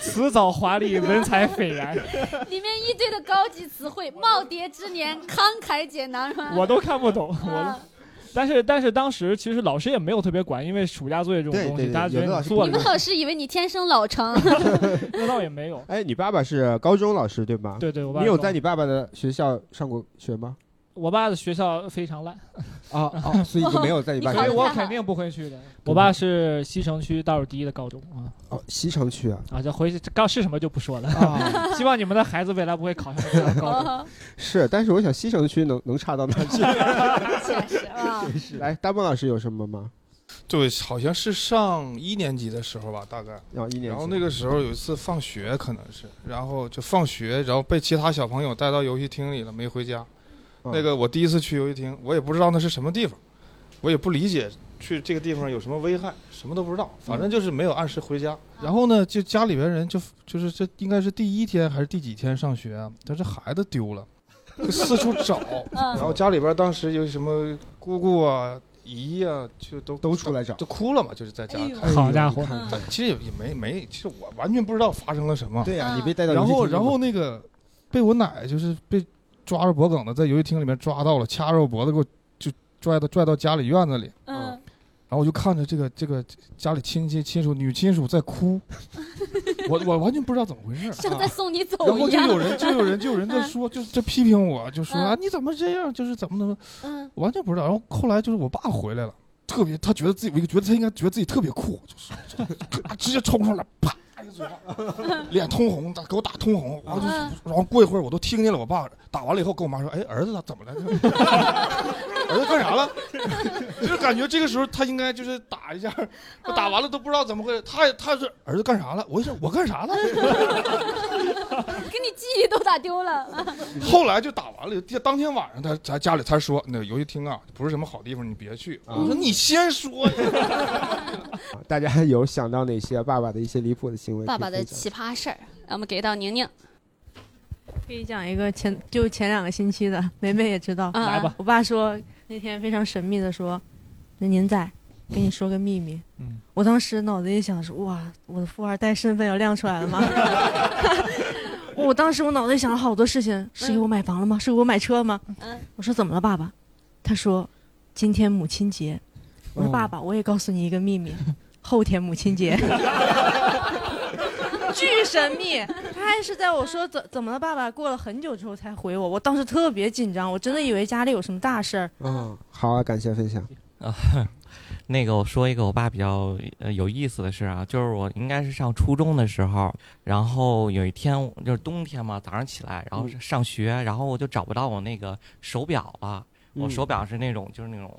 E: 辞藻华丽，文采斐
A: *laughs*
E: 然，
A: 里面一堆的高级词汇，耄耋之年，慷慨解囊。啊
E: 我都看不懂，
A: 嗯
E: 我。但是但是当时其实老师也没有特别管，因为暑假作业这种
C: 对
E: 东
C: 对
E: 西，
C: 对
E: 大家觉
C: 有的
E: 得
C: 老
E: 你
C: 师
E: 做
A: 你
E: 了
A: 们老师以为你天生老
D: *laughs*
A: 成，
E: 那倒也没有。
C: 哎，你爸爸是高中老师对吧？
E: 对对我爸是
C: 你有
E: 高中
C: 在你爸爸的学校上过学吗？
E: 我爸的学校非常
C: *laughs*
E: 烂，
C: 啊啊，所以就没有在你爸
E: 所以我肯定不会去的。我爸是西城区倒数第一的高中啊
C: 哦，西城区啊，
E: 啊，这回去刚是什么就不说
C: 哦
E: 了。 *laughs* 希望你们的孩子未来不会考上这样的高中。
C: 是，但是我想西城区能能差到哪去？
A: 确实啊，
C: 来，大梦老师有什么吗？ *laughs*
D: 对，好像是上一年级的时候吧，大概。
C: 啊，一年级
D: 然后那个时候有一次放学，可能是，然后就放学，然后被其他小朋友带到游戏厅里了，
A: 嗯
D: 没回家。那个我第一次去游戏厅，我也不知道那是什么地方，我也不理解去这个地方有什么危害，什么都不知道，
E: 嗯
D: 反正就是没有按时回家。然后呢，就家里边人就就是这应该是第一天还是第几天上学啊？他这孩子丢了，就四处找，
E: 嗯
D: *laughs* 然后家里边当时有什么姑姑啊。姨呀、就都
C: 都出来找，
D: 就哭了嘛，就是在家
E: 哎呦
D: 看。
E: 好家伙
D: 你看但其实也也没没，其实我完全不知道发生了什么。
C: 对
E: 嗯
C: 呀你被带到游戏
D: 然后
C: 厅了
D: 然
C: 嘛
D: 后那个被我奶就是被抓着脖梗的，在游戏厅里面抓到了，掐着我脖子给我就拽到拽到家里院子里。
B: 嗯，
D: 然后我就看着这个这个家里亲戚亲属女亲属在
A: *laughs*
D: 哭，我我完全不知道怎么回事儿。啊
A: 像在送你走
D: 然后
A: 一
D: 就
A: 样。
D: 有人就有人就有人在
A: *laughs*
D: 说，就是这批评我，就说
A: 嗯
D: 啊你怎么这样，就是怎么怎么，
A: 嗯
D: 我完全不知道。然后后来就是我爸回来了，特别他觉得自己，我觉得他应该觉得自己特别酷，就是 *laughs* 啊直接冲上来，啪一个嘴
A: 啊
D: 巴， *laughs* 脸通红，打给我打通红，然后就
B: 嗯
D: 然后过一会儿我都听见了，我爸打完了以后跟我妈说，哎儿子怎么了？ *laughs* 儿子干啥了？ *laughs* 就是感觉这个时候他应该就是打一下，
M: 嗯
D: 打完了都不知道怎么回事。他他是儿子干啥了？我一想我干啥了？ *laughs*
A: 给你记忆都打丢了。
D: *laughs* 后来就打完了，第当天晚上他咱家里他说，那个游戏厅啊不是什么好地方，你别去。
C: 嗯
D: 我说你先说呀。
C: 大家有想到哪些爸爸的一些离谱的行为？
A: 爸爸的奇葩事儿，让我们给到宁宁。
S: 可以讲一个前就前两个星期的，梅梅也知道。
A: 啊来吧
S: 我爸说那天非常神秘的说：“那您在，跟你说个秘密。”
E: 嗯，
S: 我当时脑子一想说：“哇，我的富二代身份要亮出来了吗？”我当时我脑子里想了好多事情，是给我买房了吗？是给我买车吗？
G: 嗯
S: 我说怎么了，爸爸？他说今天母亲节。我说
R: 哦
S: 爸爸，我也告诉你一个秘密，后天母亲节。巨神秘，他还是在我说怎怎么了，爸爸过了很久之后才回我，我当时特别紧张，我真的以为家里有什么大事儿。
C: 嗯，好啊，感谢分享。
P: 啊， *laughs* 那个我说一个我爸比较呃有意思的事啊，就是我应该是上初中的时候，然后有一天我就是冬天嘛，早上起来，然后
K: 嗯
P: 上学，然后我就找不到我那个手表了。我
K: 嗯
P: 手表是那种就是那种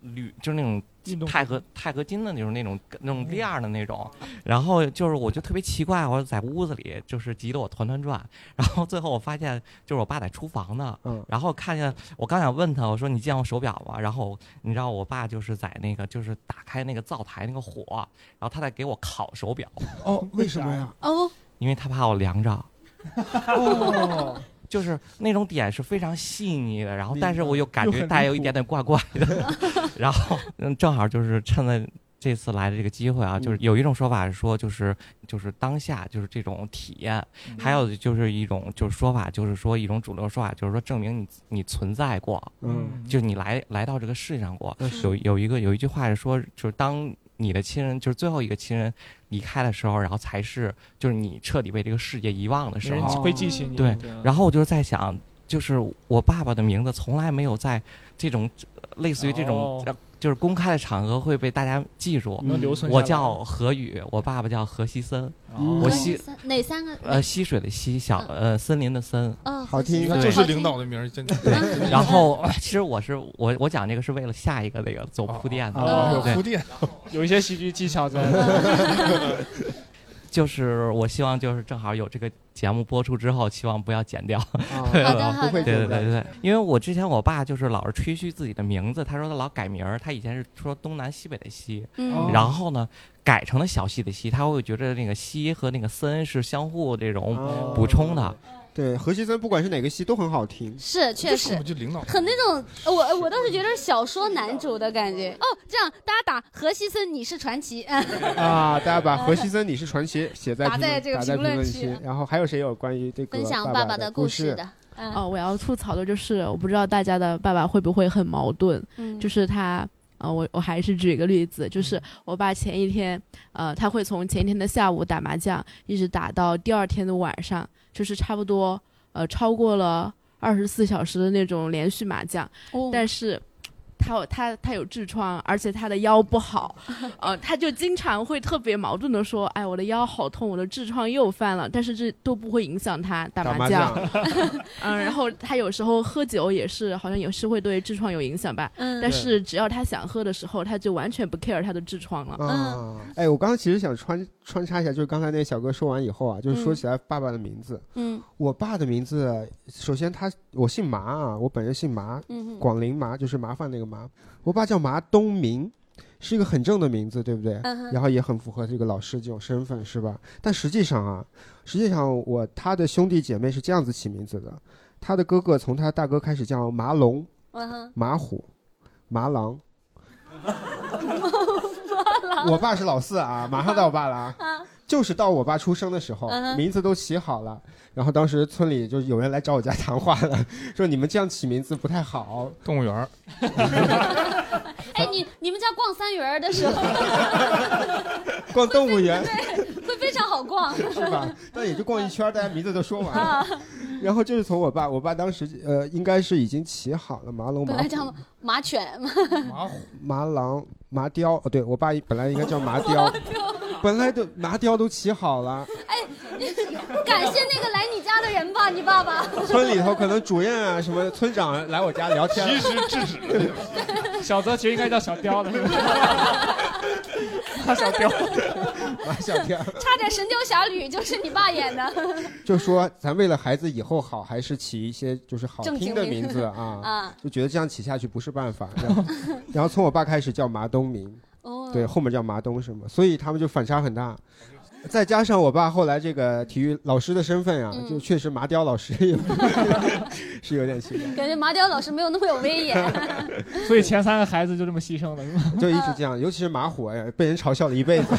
P: 铝，就是那种钛合钛合金的那种那种那种链儿的那种。 *laughs* 然后就是我就特别奇怪，我在屋子里就是急得我团团转，然后最后我发现就是我爸在厨房呢，然后看见我刚想问他，我说你见我手表吗？然后你知道我爸就是在那个就是打开那个灶台那个火，然后他在给我烤手表，
C: 哦，为什么呀？
D: *laughs*
A: 哦，
P: 因为他怕我凉着。
C: 哦，
P: 就是那种点是非常细腻的，然后
K: 明白
P: 但是我又感
K: 又
P: 觉
K: 很
P: 带
K: 离
P: 有一点点怪怪的，
K: *laughs*
P: 然后嗯，正好就是趁着这次来的这个机会啊，
K: 嗯
P: 就是有一种说法是说就是就是当下就是这种体验，
K: 嗯
P: 还有就是一种就是说法就是说一种主流说法就是说证明你你存在过，
C: 嗯，
P: 就你来来到这个世上过
C: 那，是
P: 有有一个有一句话是说就是当。你的亲人就是最后一个亲人离开的时候，然后才是就是你彻底被这个世界遗忘的时
E: 没人
K: 哦
P: 候，
E: 会记起你
P: 对
E: 对啊，
P: 然后我就是在想，就是我爸爸的名字从来没有在这种呃类似于这种、
E: 哦
P: 呃就是公开的场合会被大家记住。
E: 能留存下来
P: 我叫何宇，我爸爸叫何西森，
A: 哦
P: 我西
A: 哪三个
P: 呃溪水的溪，小呃森林的森，
A: 嗯
D: 好听啊
P: 对
D: 就是领导的名儿真的
P: 对
A: *laughs*
D: 嗯。
P: 然后 *laughs* 其实我是我我讲这个是为了下一个那个做铺垫的，
E: 哦
P: 对
E: 有铺垫有一些喜剧技巧在。
P: 就是我希望就是正好有这个节目播出之后，希望不要剪掉。 *laughs*
C: 好的好的不会
P: 对
C: 剪
P: 哦
C: 掉
P: 对对对对，因为我之前我爸就是老是吹嘘自己的名字，他说他老改名儿，他以前是说东南西北的西，
K: 嗯
P: 然后呢改成了小西的西，他会觉得那个西和那个森是相互这种补充的。
C: 对，何西森不管是哪个戏都很好听。
A: 是确实，
D: 领导
A: 很那种，我我倒是觉得是小说男主的感觉。哦，这样大家打何西森，你是传奇。 *laughs*
C: 啊，大家把何西森你是传奇写在
A: 打在这
C: 评论
A: 个
C: 打在
A: 评论
C: 评论
A: 区
C: 区，然后还有谁有关于这个
A: 分享
C: 爸
A: 爸爸的
C: 的
A: 故事
C: 事
A: 的？嗯
I: 哦，我要吐槽的就是，我不知道大家的爸爸会不会很矛盾，
A: 嗯
I: 就是他。呃，我我还是举一个例子，就是我爸前一天，呃，他会从前一天的下午打麻将，一直打到第二天的晚上，就是差不多呃超过了二十四小时的那种连续麻将。
A: 哦
I: 但是他有他他有痔疮，而且他的腰不好，呃，他就经常会特别矛盾的说，哎，我的腰好痛，我的痔疮又犯了，但是这都不会影响他打
C: 打麻
I: 将。 *laughs*
C: *laughs*
I: 嗯，然后他有时候喝酒也是，好像也是会对痔疮有影响吧。
A: 嗯
I: 但是只要他想喝的时候，他就完全不 care 他的痔疮了。
C: 啊，哎，我刚刚其实想穿穿插一下，就是刚才那小哥说完以后啊，就是说起来爸爸的名字，
A: 嗯
C: 我爸的名字，首先他我姓麻啊，我本人姓麻，
B: 嗯哼
C: 广陵麻就是麻烦那个麻，我爸叫麻东明，是一个很正的名字，对不对
B: 嗯哼？
C: 然后也很符合这个老师这种身份，是吧？但实际上啊，实际上我他的兄弟姐妹是这样子起名字的，他的哥哥从他大哥开始叫麻龙、
A: 嗯哼，
C: 马虎、麻狼。我
B: 哦
A: 我
C: 爸是老四啊，马上到我
B: *laughs*
C: 爸了啊。
A: 啊，
C: 就是到我爸出生的时候
A: 嗯，哼
C: 名字都起好了，然后当时村里就有人来找我家谈话了， *laughs* 说你们这样起名字不太好。
D: 动物园，
A: 哎，你你们家逛三元儿的时候，
C: 逛动物园
A: 对，会非常好逛，
C: 是
A: *laughs*
C: 吧？但也就逛一圈，大家名字都说完了。
A: 啊，
C: 然后就是从我爸，我爸当时呃应该是已经起好了麻龙
A: 本
C: 马
A: 来
C: 虎
A: 叫马犬嘛，
D: 马虎，
C: 麻狼麻雕，哦对我爸本来应该叫麻
A: *laughs*
C: 雕，本来都麻雕都起好了，
A: 哎，你感谢那个来你家的人吧，你爸爸。
C: 村里头可能主任啊什么村长来我家聊天，
E: 及时制止。小泽其实应该叫小雕
C: *laughs*
E: 的，是吧马小雕，
C: 马小雕。
A: *laughs* 差点《神雕侠侣》就是你爸演的。 *laughs*
C: 就说咱为了孩子以后好，还是起一些就是好
A: 正
C: 听
A: 经
C: 的
A: 名
C: 名字啊，
A: 啊
C: 就觉得这样起下去不是
A: *laughs*
C: 办法。然后然后从我爸开始叫麻东明，
A: 哦
C: 对，后面叫麻东什么，所以他们就反差很大。再加上我爸后来这个体育老师的身份啊，
A: 嗯
C: 就确实麻雕老师也 *laughs* 是有点奇怪，
A: 感觉麻雕老师没有那么有威严。 *laughs*
E: 所以前三个孩子就这么牺牲了，是吗？
C: 就一直这样，尤其是马虎，哎，被人嘲笑了一辈
A: *laughs*
C: 子。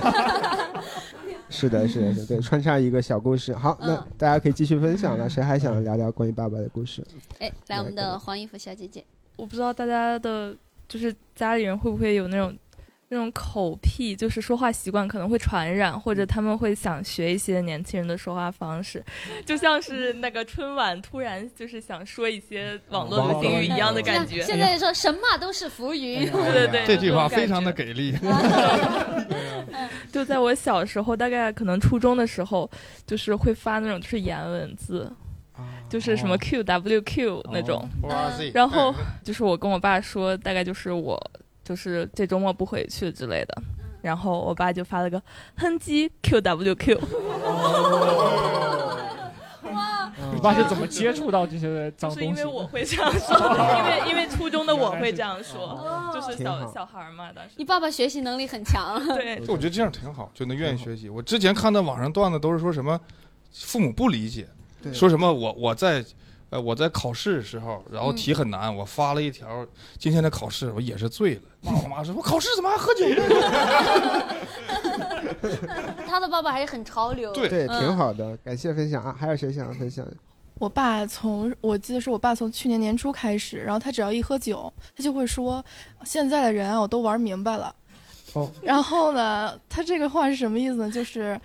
C: 是的，是的，是的，对，穿插一个小故事。好，那
A: 嗯
C: 大家可以继续分享了。谁还
E: 嗯
C: 想聊聊关于爸爸的故事？
A: 哎，来我们的黄衣服
M: *laughs*
A: 小姐姐，
M: 我不知道大家的，就是家里人会不会有那种那种口癖，就是说话习惯可能会传染，或者他们会想学一些年轻人的说话方式， *laughs* 就像是那个春晚突然就是想说一些网络流行语一样的感觉。
A: 现在说神马都是浮云。
M: 对对，
D: 哎这句
M: 就这种
D: 话非
M: 感觉
D: 常的给力。
M: 就在我小时候，大概可能初中的时候，就是会发那种就是颜文字，就是什么 QWQ 那种。
D: 哇塞
M: 然后就是我跟我爸说，大概就是我就是这周末不回去之类的。
G: 嗯
M: 然后我爸就发了个哼唧 QWQ，
E: 你爸是怎么接触到这些脏
M: 就是
E: 东
M: 因
E: 西
M: 为
E: 的？
M: 我会这样说，因为因为初中的我会这样
E: 哦
M: 说，就是
D: 挺
M: 小
D: 好
M: 小孩儿嘛，当时
A: 你爸爸学习能力很强。
M: 对
D: 我觉得这样哎挺好，就能愿意学习。我之前看到网上段子都是说什么父母不理解，
C: 对
D: 说什么我我在。呃，我在考试的时候，然后题很难，我发了一条今天的考试，我也是醉了。爸我妈 *laughs* 说，我考试怎么还喝酒
A: 他的爸爸还是很潮流。
C: 对，
A: 嗯
C: 挺。好的，感谢分享啊！还有谁想分享？
O: 我爸从我记得是我爸从去年年初开始，然后他只要一喝酒，他就会说现在的人啊，我都玩明白了。
C: 哦，
O: 然后呢，他这个话是什么意思呢？就是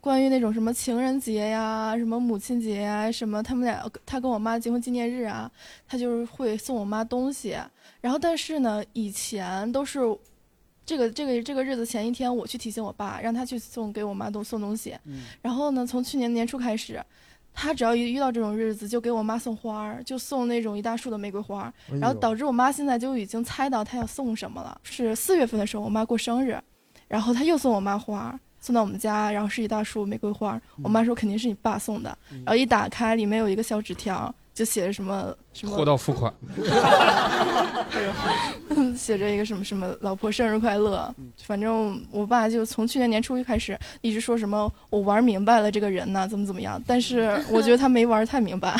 O: 关于那种什么情人节呀、什么母亲节呀、什么他们俩他跟我妈结婚纪念日啊，他就是会送我妈东西。然后但是呢，以前都是这个这个这个日子前一天我去提醒我爸，让他去送给我妈东送东西。
C: 嗯
O: 然后呢，从去年年初开始。他只要一遇到这种日子，就给我妈送花儿，就送那种一大束的玫瑰花儿，
C: 哎呦
O: 然后导致我妈现在就已经猜到他要送什么了。是四月份的时候，我妈过生日，然后他又送我妈花儿，送到我们家，然后是一大束玫瑰花儿。
D: 嗯
O: 我妈说肯定是你爸送的，然后一打开里面有一个小纸条，就写着什么什么
D: 货到付 *laughs* 款，
O: *laughs* 写着一个什么什么“老婆生日快乐”，
D: 嗯
O: 反正我爸就从去年年初一开始一直说什么我玩明白了这个人呐、怎么怎么样，但是
D: *laughs*
O: 我觉得他没玩太明白。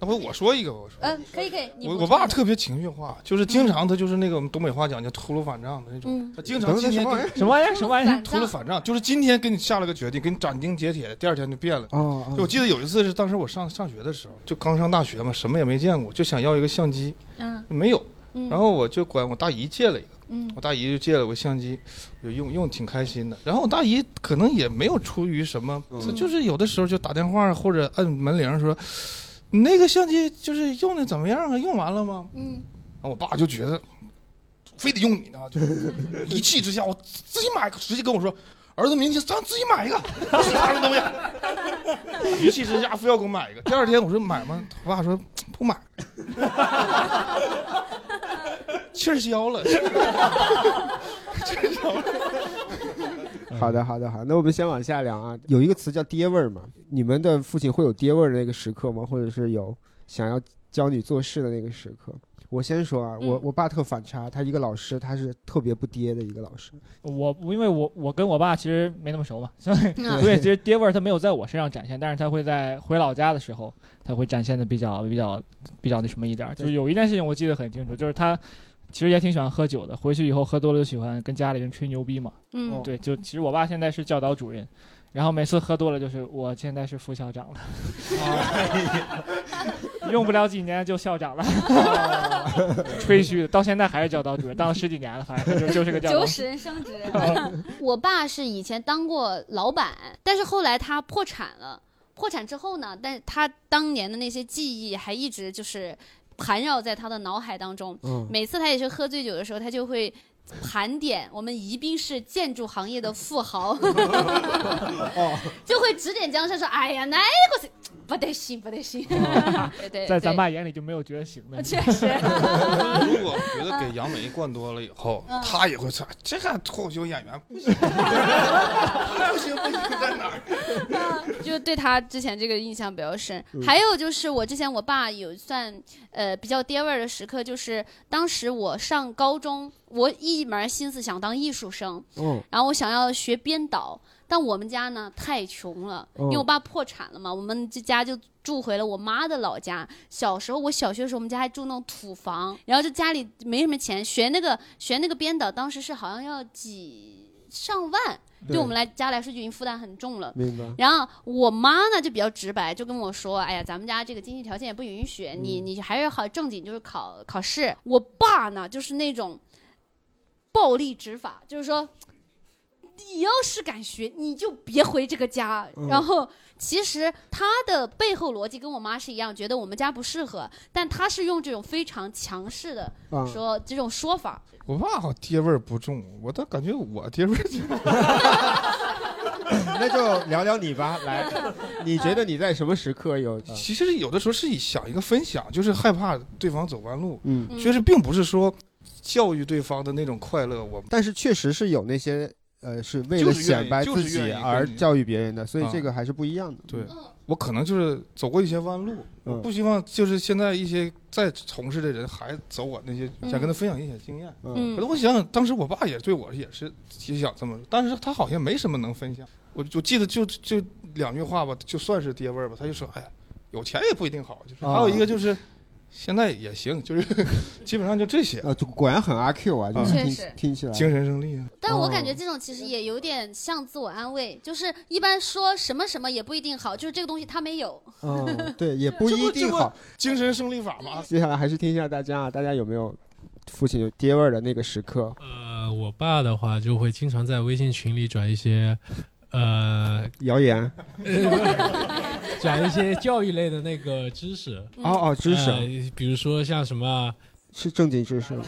D: 要不我说一个吧，我说
A: 嗯，可以可以。你
D: 我
A: 补
D: 我
A: 充
D: 爸特别情绪化，就是经常他就是那个我们东北话讲叫秃噜反账的那种
A: 嗯，
D: 他经常今天跟
E: 什么玩意儿？什么玩意儿？
D: 秃噜反账，就是今天给你下了个决定，给你斩钉截铁的，第二天就变了。
C: 哦
D: 就我记得有一次是当时我上上学的时候，就刚上大学嘛，什么也没见过，就想要一个相机，
A: 嗯
D: 没有
A: 嗯，
D: 然后我就管我大姨借了一个。
A: 嗯
D: 我大姨就借了我相机，就用用挺开心的。然后我大姨可能也没有出于什么，她就是有的时候就打电话或者按门铃说：“你那个相机就是用的怎么样啊？用完了吗？”
A: 嗯，
D: 然后我爸就觉得非得用你呢，就是一气之下，我自己买一个，直接跟我说：“儿子，明天咱自己买一个，不是他的东啊西。”一气之下非要给我买一个。第二天我说买吗？我爸说不买， *laughs* 气儿消了。
E: 嗯
C: 好的，好的，好。那我们先往下聊啊。有一个词叫爹味儿嘛，你们的父亲会有爹味儿的那个时刻吗？或者是有想要教你做事的那个时刻。我先说啊，
A: 嗯
C: 我我爸特反差，他一个老师，他是特别不爹的一个老师。
E: 我因为我我跟我爸其实没那么熟嘛，所以
C: 嗯
E: 所以其实爹味儿他没有在我身上展现，但是他会在回老家的时候，他会展现的比较比较比较那什么一点儿。就是有一件事情我记得很清楚，就是他其实也挺喜欢喝酒的，回去以后喝多了就喜欢跟家里人吹牛逼嘛。
U: 嗯
E: 对，就其实我爸现在是教导主任。然后每次喝多了就是我现在是副校长了，用不了几年就校长了， *laughs* 吹嘘的，到现在还是教导主任，当了十几年了，反正就就是个哦教导。
A: 九十升
E: *laughs*
A: 职。 *laughs* 我爸是以前当过老板，但是后来他破产了。破产之后呢，但是他当年的那些记忆还一直就是盘绕在他的脑海当中。
V: 嗯
A: 每次他也是喝醉酒的时候，他就会盘点我们宜宾市建筑行业的富豪。 *laughs*
E: 哦
A: 就会指点江山说：“哎呀，那个是不得行，不得行。 *laughs* 对对，
E: 哦在咱
A: 对
E: 爸眼里就没有觉得行的，
A: 确实
D: 如果觉得给杨梅灌多了以后
A: 嗯，
D: 他也会说这个脱口秀演员不行，不行不行在哪儿？
A: 就对他之前这个印象比较深
V: 嗯。
A: 还有就是我之前我爸有算呃比较爹味儿的时刻，就是当时我上高中，我一门心思想当艺术生，
V: 嗯
A: 然后我想要学编导，但我们家呢太穷了，
V: 嗯
A: 因为我爸破产了嘛，我们这家就。住回了我妈的老家。小时候，我小学的时候，我们家还住那种土房，然后就家里没什么钱，学那个学那个编导，当时是好像要几上万，
V: 对
A: 对我们来家来说就已经负担很重了。
V: 明白
A: 然后我妈呢就比较直白，就跟我说：“哎呀，咱们家这个经济条件也不允许，你你还是好正经，就是考考试。”我爸呢就是那种暴力执法，就是说。你要是敢学，你就别回这个家。
V: 嗯
A: 然后，其实他的背后逻辑跟我妈是一样，觉得我们家不适合，但他是用这种非常强势的
D: 啊
A: 说、这种说法，
D: 我爸好像爹味儿不重，我倒感觉我爹味儿 *laughs* 挺重。
C: 那就聊聊你吧，来，
A: *laughs*
C: 你觉得你在什么时刻有？嗯
D: 其实有的时候是想一个分享，就是害怕对方走弯路。
C: 嗯
D: 其实并不是说教育对方的那种快乐，我
C: 但是确实是有那些呃，是为
D: 就
C: 了
D: 是愿意
C: 显摆
D: 就
C: 自
D: 是
C: 己
D: 愿意跟
C: 而
D: 你
C: 教育别人的，所以
D: 啊
C: 这个还是不一样的。嗯
D: 对，我可能就是走过一些弯路，我不希望就是现在一些在从事的人还走我那些，
C: 嗯
D: 想跟他分享一些经验。
C: 嗯
D: 可能我想想，当时我爸也对我也是也想这么说，但是他好像没什么能分享。我我记得就就两句话吧，就算是爹味儿吧，他就说：“哎呀，有钱也不一定好。”就是
C: 啊
D: 还有一个就是。现在也行，就是 *laughs* 基本
C: *laughs*
D: 上就这些。
C: 呃，就果然很阿 Q 啊，就是
A: 确
C: 听
A: 实
C: 听起来
D: 精神胜利。啊
A: 但我
D: 哦
A: 感觉这种其实也有点像自我安慰，就是一般说什么什么也不一定好，就是这个东西他没有。
C: 嗯，对，也不一定好。
D: 精神胜利法嘛。
C: 接下来还是听一下大家啊，大家有没有父亲有爹味儿的那个时刻？
L: 呃，我爸的话就会经常在微信群里转一些，呃，
C: 谣言。
L: *laughs* 转一些教育类的那个知识。
C: 哦哦知识
L: 呃比如说像什么，
C: 是正经
A: *laughs*
C: 知识吗？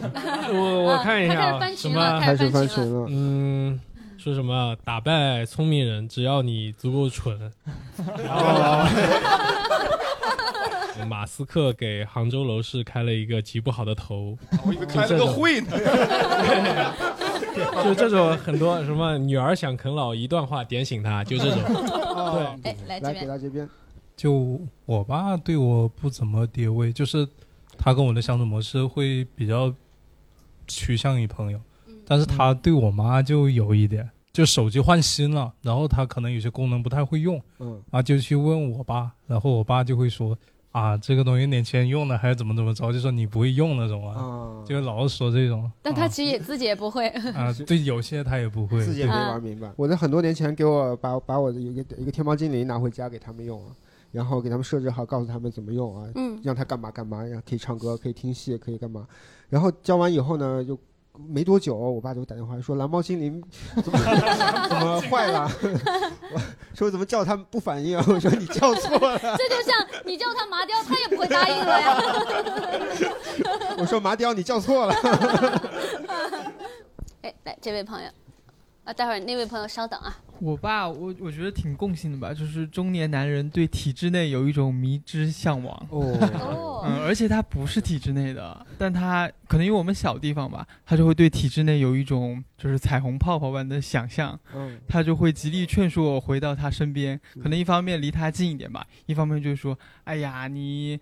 L: 我我看一下啊，什么
C: 开始翻群了。
L: 嗯，说什么打败聪明人，只要你足够 *laughs* 蠢。马斯克给杭州楼市开了一个极不好的头，
D: 我以为哦开了个会
L: *laughs*
D: 呢。
L: 就这种很多什么女儿想啃老，一段话点醒他，就这种。
C: 哦
A: 哎，来
C: 来给到这边，
F: 就我爸对我不怎么爹味，就是他跟我的相处模式会比较趋向于朋友，
C: 嗯
F: 但是他对我妈就有一点，就手机换新了，然后他可能有些功能不太会用，
C: 嗯，
F: 啊就去问我爸，然后我爸就会说啊这个东西年轻人用的还是怎么怎么着，就说你不会用那种啊，就老是说这
C: *laughs*
F: 种
A: *laughs* 但
D: 哦
A: 他其实也自己也不
D: *laughs*
A: 会。
F: 啊，对有些他也不会，
C: 自己也没玩明白。啊我在很多年前给我把把我的一个一个天猫精灵拿回家给他们用啊，然后给他们设置好，告诉他们怎么用啊，
B: 嗯
C: 让他干嘛干嘛，然后可以唱歌，可以听戏，可以干嘛。然后教完以后呢，就没多久，我爸就打电话说蓝猫精灵怎么 *laughs* 怎么坏了， *laughs* 我说怎么叫他们不反应， *laughs* 我说你叫错了， *laughs*
A: 这就像你叫他麻掉，他也不会答应了呀。
C: 我说麻雕你叫错了。
A: *laughs* 哎，来这位朋友，啊，待会儿那位朋友稍等啊。
W: 我爸，我我觉得挺共性的吧，就是中年男人对体制内有一种迷之向往。
C: 哦
U: *laughs* 嗯，而且他不是体制内的，但他可能因为我们小地方吧，他就会对体制内有一种就是彩虹泡泡般的想象。
C: 嗯，
U: 他就会极力劝说我回到他身边，可能一方面离他近一点吧，一方面就是说，哎呀，你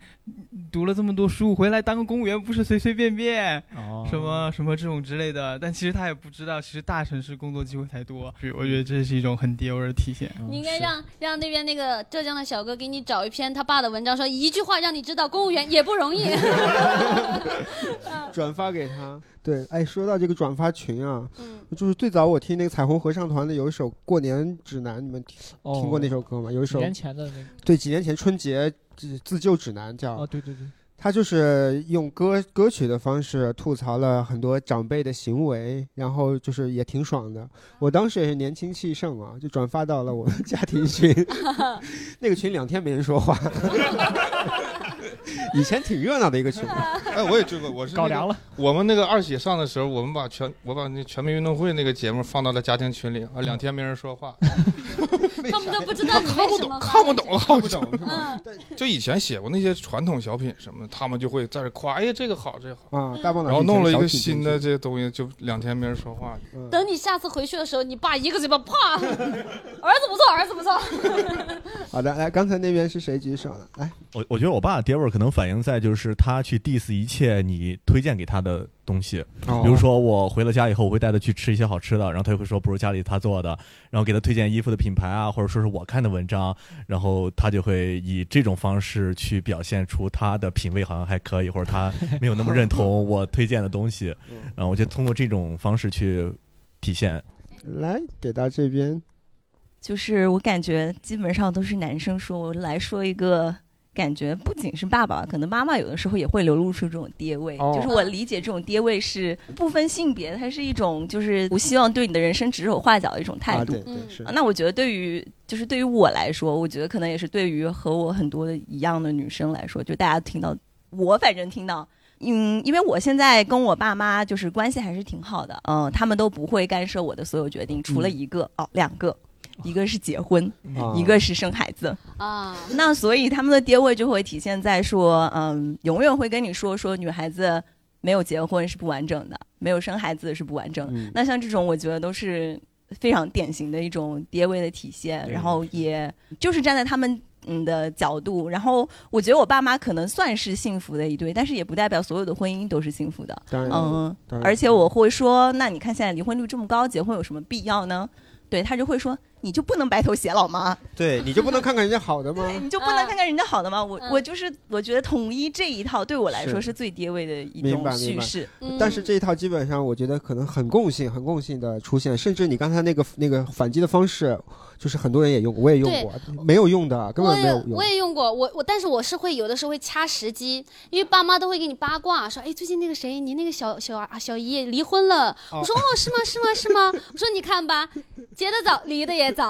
U: 读了这么多书，回来当个公务员不是随随便便，
E: 哦
U: 什么什么这种之类的。但其实他也不知道，其实大城市工作机会才多，所以我觉得这是一种很爹味儿的体现。
D: 嗯
A: 你应该让让那边那个浙江的小哥给你找一篇他爸的文章，说一句话让你知道公务员也不
D: *laughs*
A: 容易。
C: 转发给他。对，哎，说到这个转发群啊，就是最早我听那个彩虹合唱团的有一首《过年指南》，你们听
E: 哦
C: 听过那首歌吗？有一首
E: 几年前的那个
C: 对，几年前春节自自救指南叫
E: 哦，对对对，
C: 他就是用歌歌曲的方式吐槽了很多长辈的行为，然后就是也挺爽的。我当时也是年轻气盛嘛，就转发到了我的家庭群，那个群两天没人说话，以前挺热闹的一个群。啊
D: 哎，我也追过，我是那个
C: 搞凉了。
D: 我们那个二姐上的时候，我们把全我把那全民运动会那个节目放到了家庭群里啊，两天没人说话，
A: 他们都不知道你为什么发
D: 看不懂了，看不懂了。
A: 嗯，
D: *laughs* *laughs* 就以前写过那些传统小品什么的，他们就会在这夸，哎呀这个好，这个好
C: 啊，大棒
D: 然后弄了一个新的这东西，就两天没人说话。
C: 嗯
A: 等你下次回去的时候，你爸一个嘴巴啪，儿子不错，儿子不错。
C: 好的，来，刚才那边是谁举手了？来，
T: 我我觉得我爸的爹味儿可能反映在就是他去 diss 一切你推荐给他的东西，
C: 哦
T: 比如说我回了家以后，我会带他去吃一些好吃的，然后他就会说不如家里他做的，然后给他推荐衣服的品牌啊，或者说是我看的文章，然后他就会以这种方式去表现出他的品味好像还可以，或者他没有那么认同我推荐的东西，然后我就通过这种方式去体现。
C: 来给到这边，
G: 就是我感觉基本上都是男生说，我来说一个。感觉不仅是爸爸，可能妈妈有的时候也会流露出这种 *laughs* 爹味。
Q: 哦
G: 就是我理解这种爹味是不分性别，它是一种就是我希望对你的人生指手画脚的一种态
Q: 啊
G: 度。
Q: 对对是
G: 啊那我觉得对于就是对于我来说，我觉得可能也是对于和我很多的一样的女生来说，就大家听到我反正听到，嗯，因为我现在跟我爸妈就是关系还是挺好的，嗯，他们都不会干涉我的所有决定，除了
Q: 嗯
G: 一个、哦，两个，一个是结婚，
C: 嗯
Q: 啊
G: 一个是生孩子
A: 啊。
G: 那所以他们的爹味就会体现在说，嗯，永远会跟你说说女孩子没有结婚是不完整的，没有生孩子是不完整的。
Q: 嗯
G: 那像这种，我觉得都是非常典型的一种爹味的体现，然后也就是站在他们。嗯的角度，然后我觉得我爸妈可能算是幸福的一对，但是也不代表所有的婚姻都是幸福的。
C: 当然
G: 嗯
C: 当，然
G: 而且我会说，那你看现在离婚率这么高，结婚有什么必要呢？对他就会说，你就不能白头偕老吗？
C: 对，你就不能看看人家好的吗？
G: 你就不能看看人家好的吗？我我就是我觉得统一这一套对我来说
C: 是
G: 是最跌位的一
C: 明
G: 种
C: 白明
G: 叙
C: 白
G: 事，，
C: 但是这一套基本上我觉得可能很共性，很共性的出现，甚至你刚才那个那个反击的方式，就是很多人也用过，我也用过，没有用的，根
A: 我
C: 本没
A: 也
C: 有用
A: 我。也用过，我我但是我是会有的时候会掐时机，因为爸妈都会给你八卦，说哎最近那个谁，你那个小小啊小姨离婚了，
C: 哦
A: 我说哦是吗是吗是吗？我说你看吧，结得早离得也早，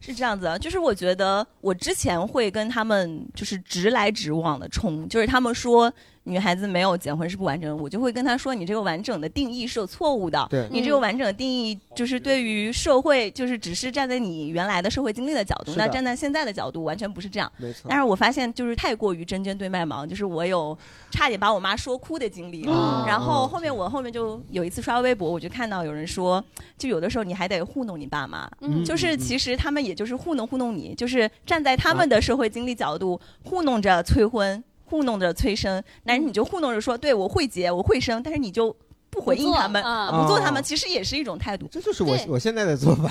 G: 是这样子啊，就是我觉得我之前会跟他们就是直来直往的冲，就是他们说女孩子没有结婚是不完整的，我就会跟他说你这个完整的定义是有错误的，
Q: 对
G: 你这个完整的定义就是对于社会就是只是站在你原来的社会经历的角度，
Q: 是的
G: 那站在现在的角度完全不是这样。
C: 没错
G: 但是我发现就是太过于针尖对麦芒，就是我有差点把我妈说哭的经历，
Q: 哦
G: 然后后面我后面就有一次刷微博，我就看到有人说，就有的时候你还得糊弄你爸妈，
Q: 嗯
G: 就是
Q: 嗯嗯
G: 其实他们也就是糊弄糊弄你，就是站在他们的社会经历角度糊弄着催婚，糊弄着催生，但是你就糊弄着说，对我会结，我会生，但是你就。不回应他们，
C: 不做啊
G: 不做他们，其实也是一种态度。
C: 这就是我我现在的做法，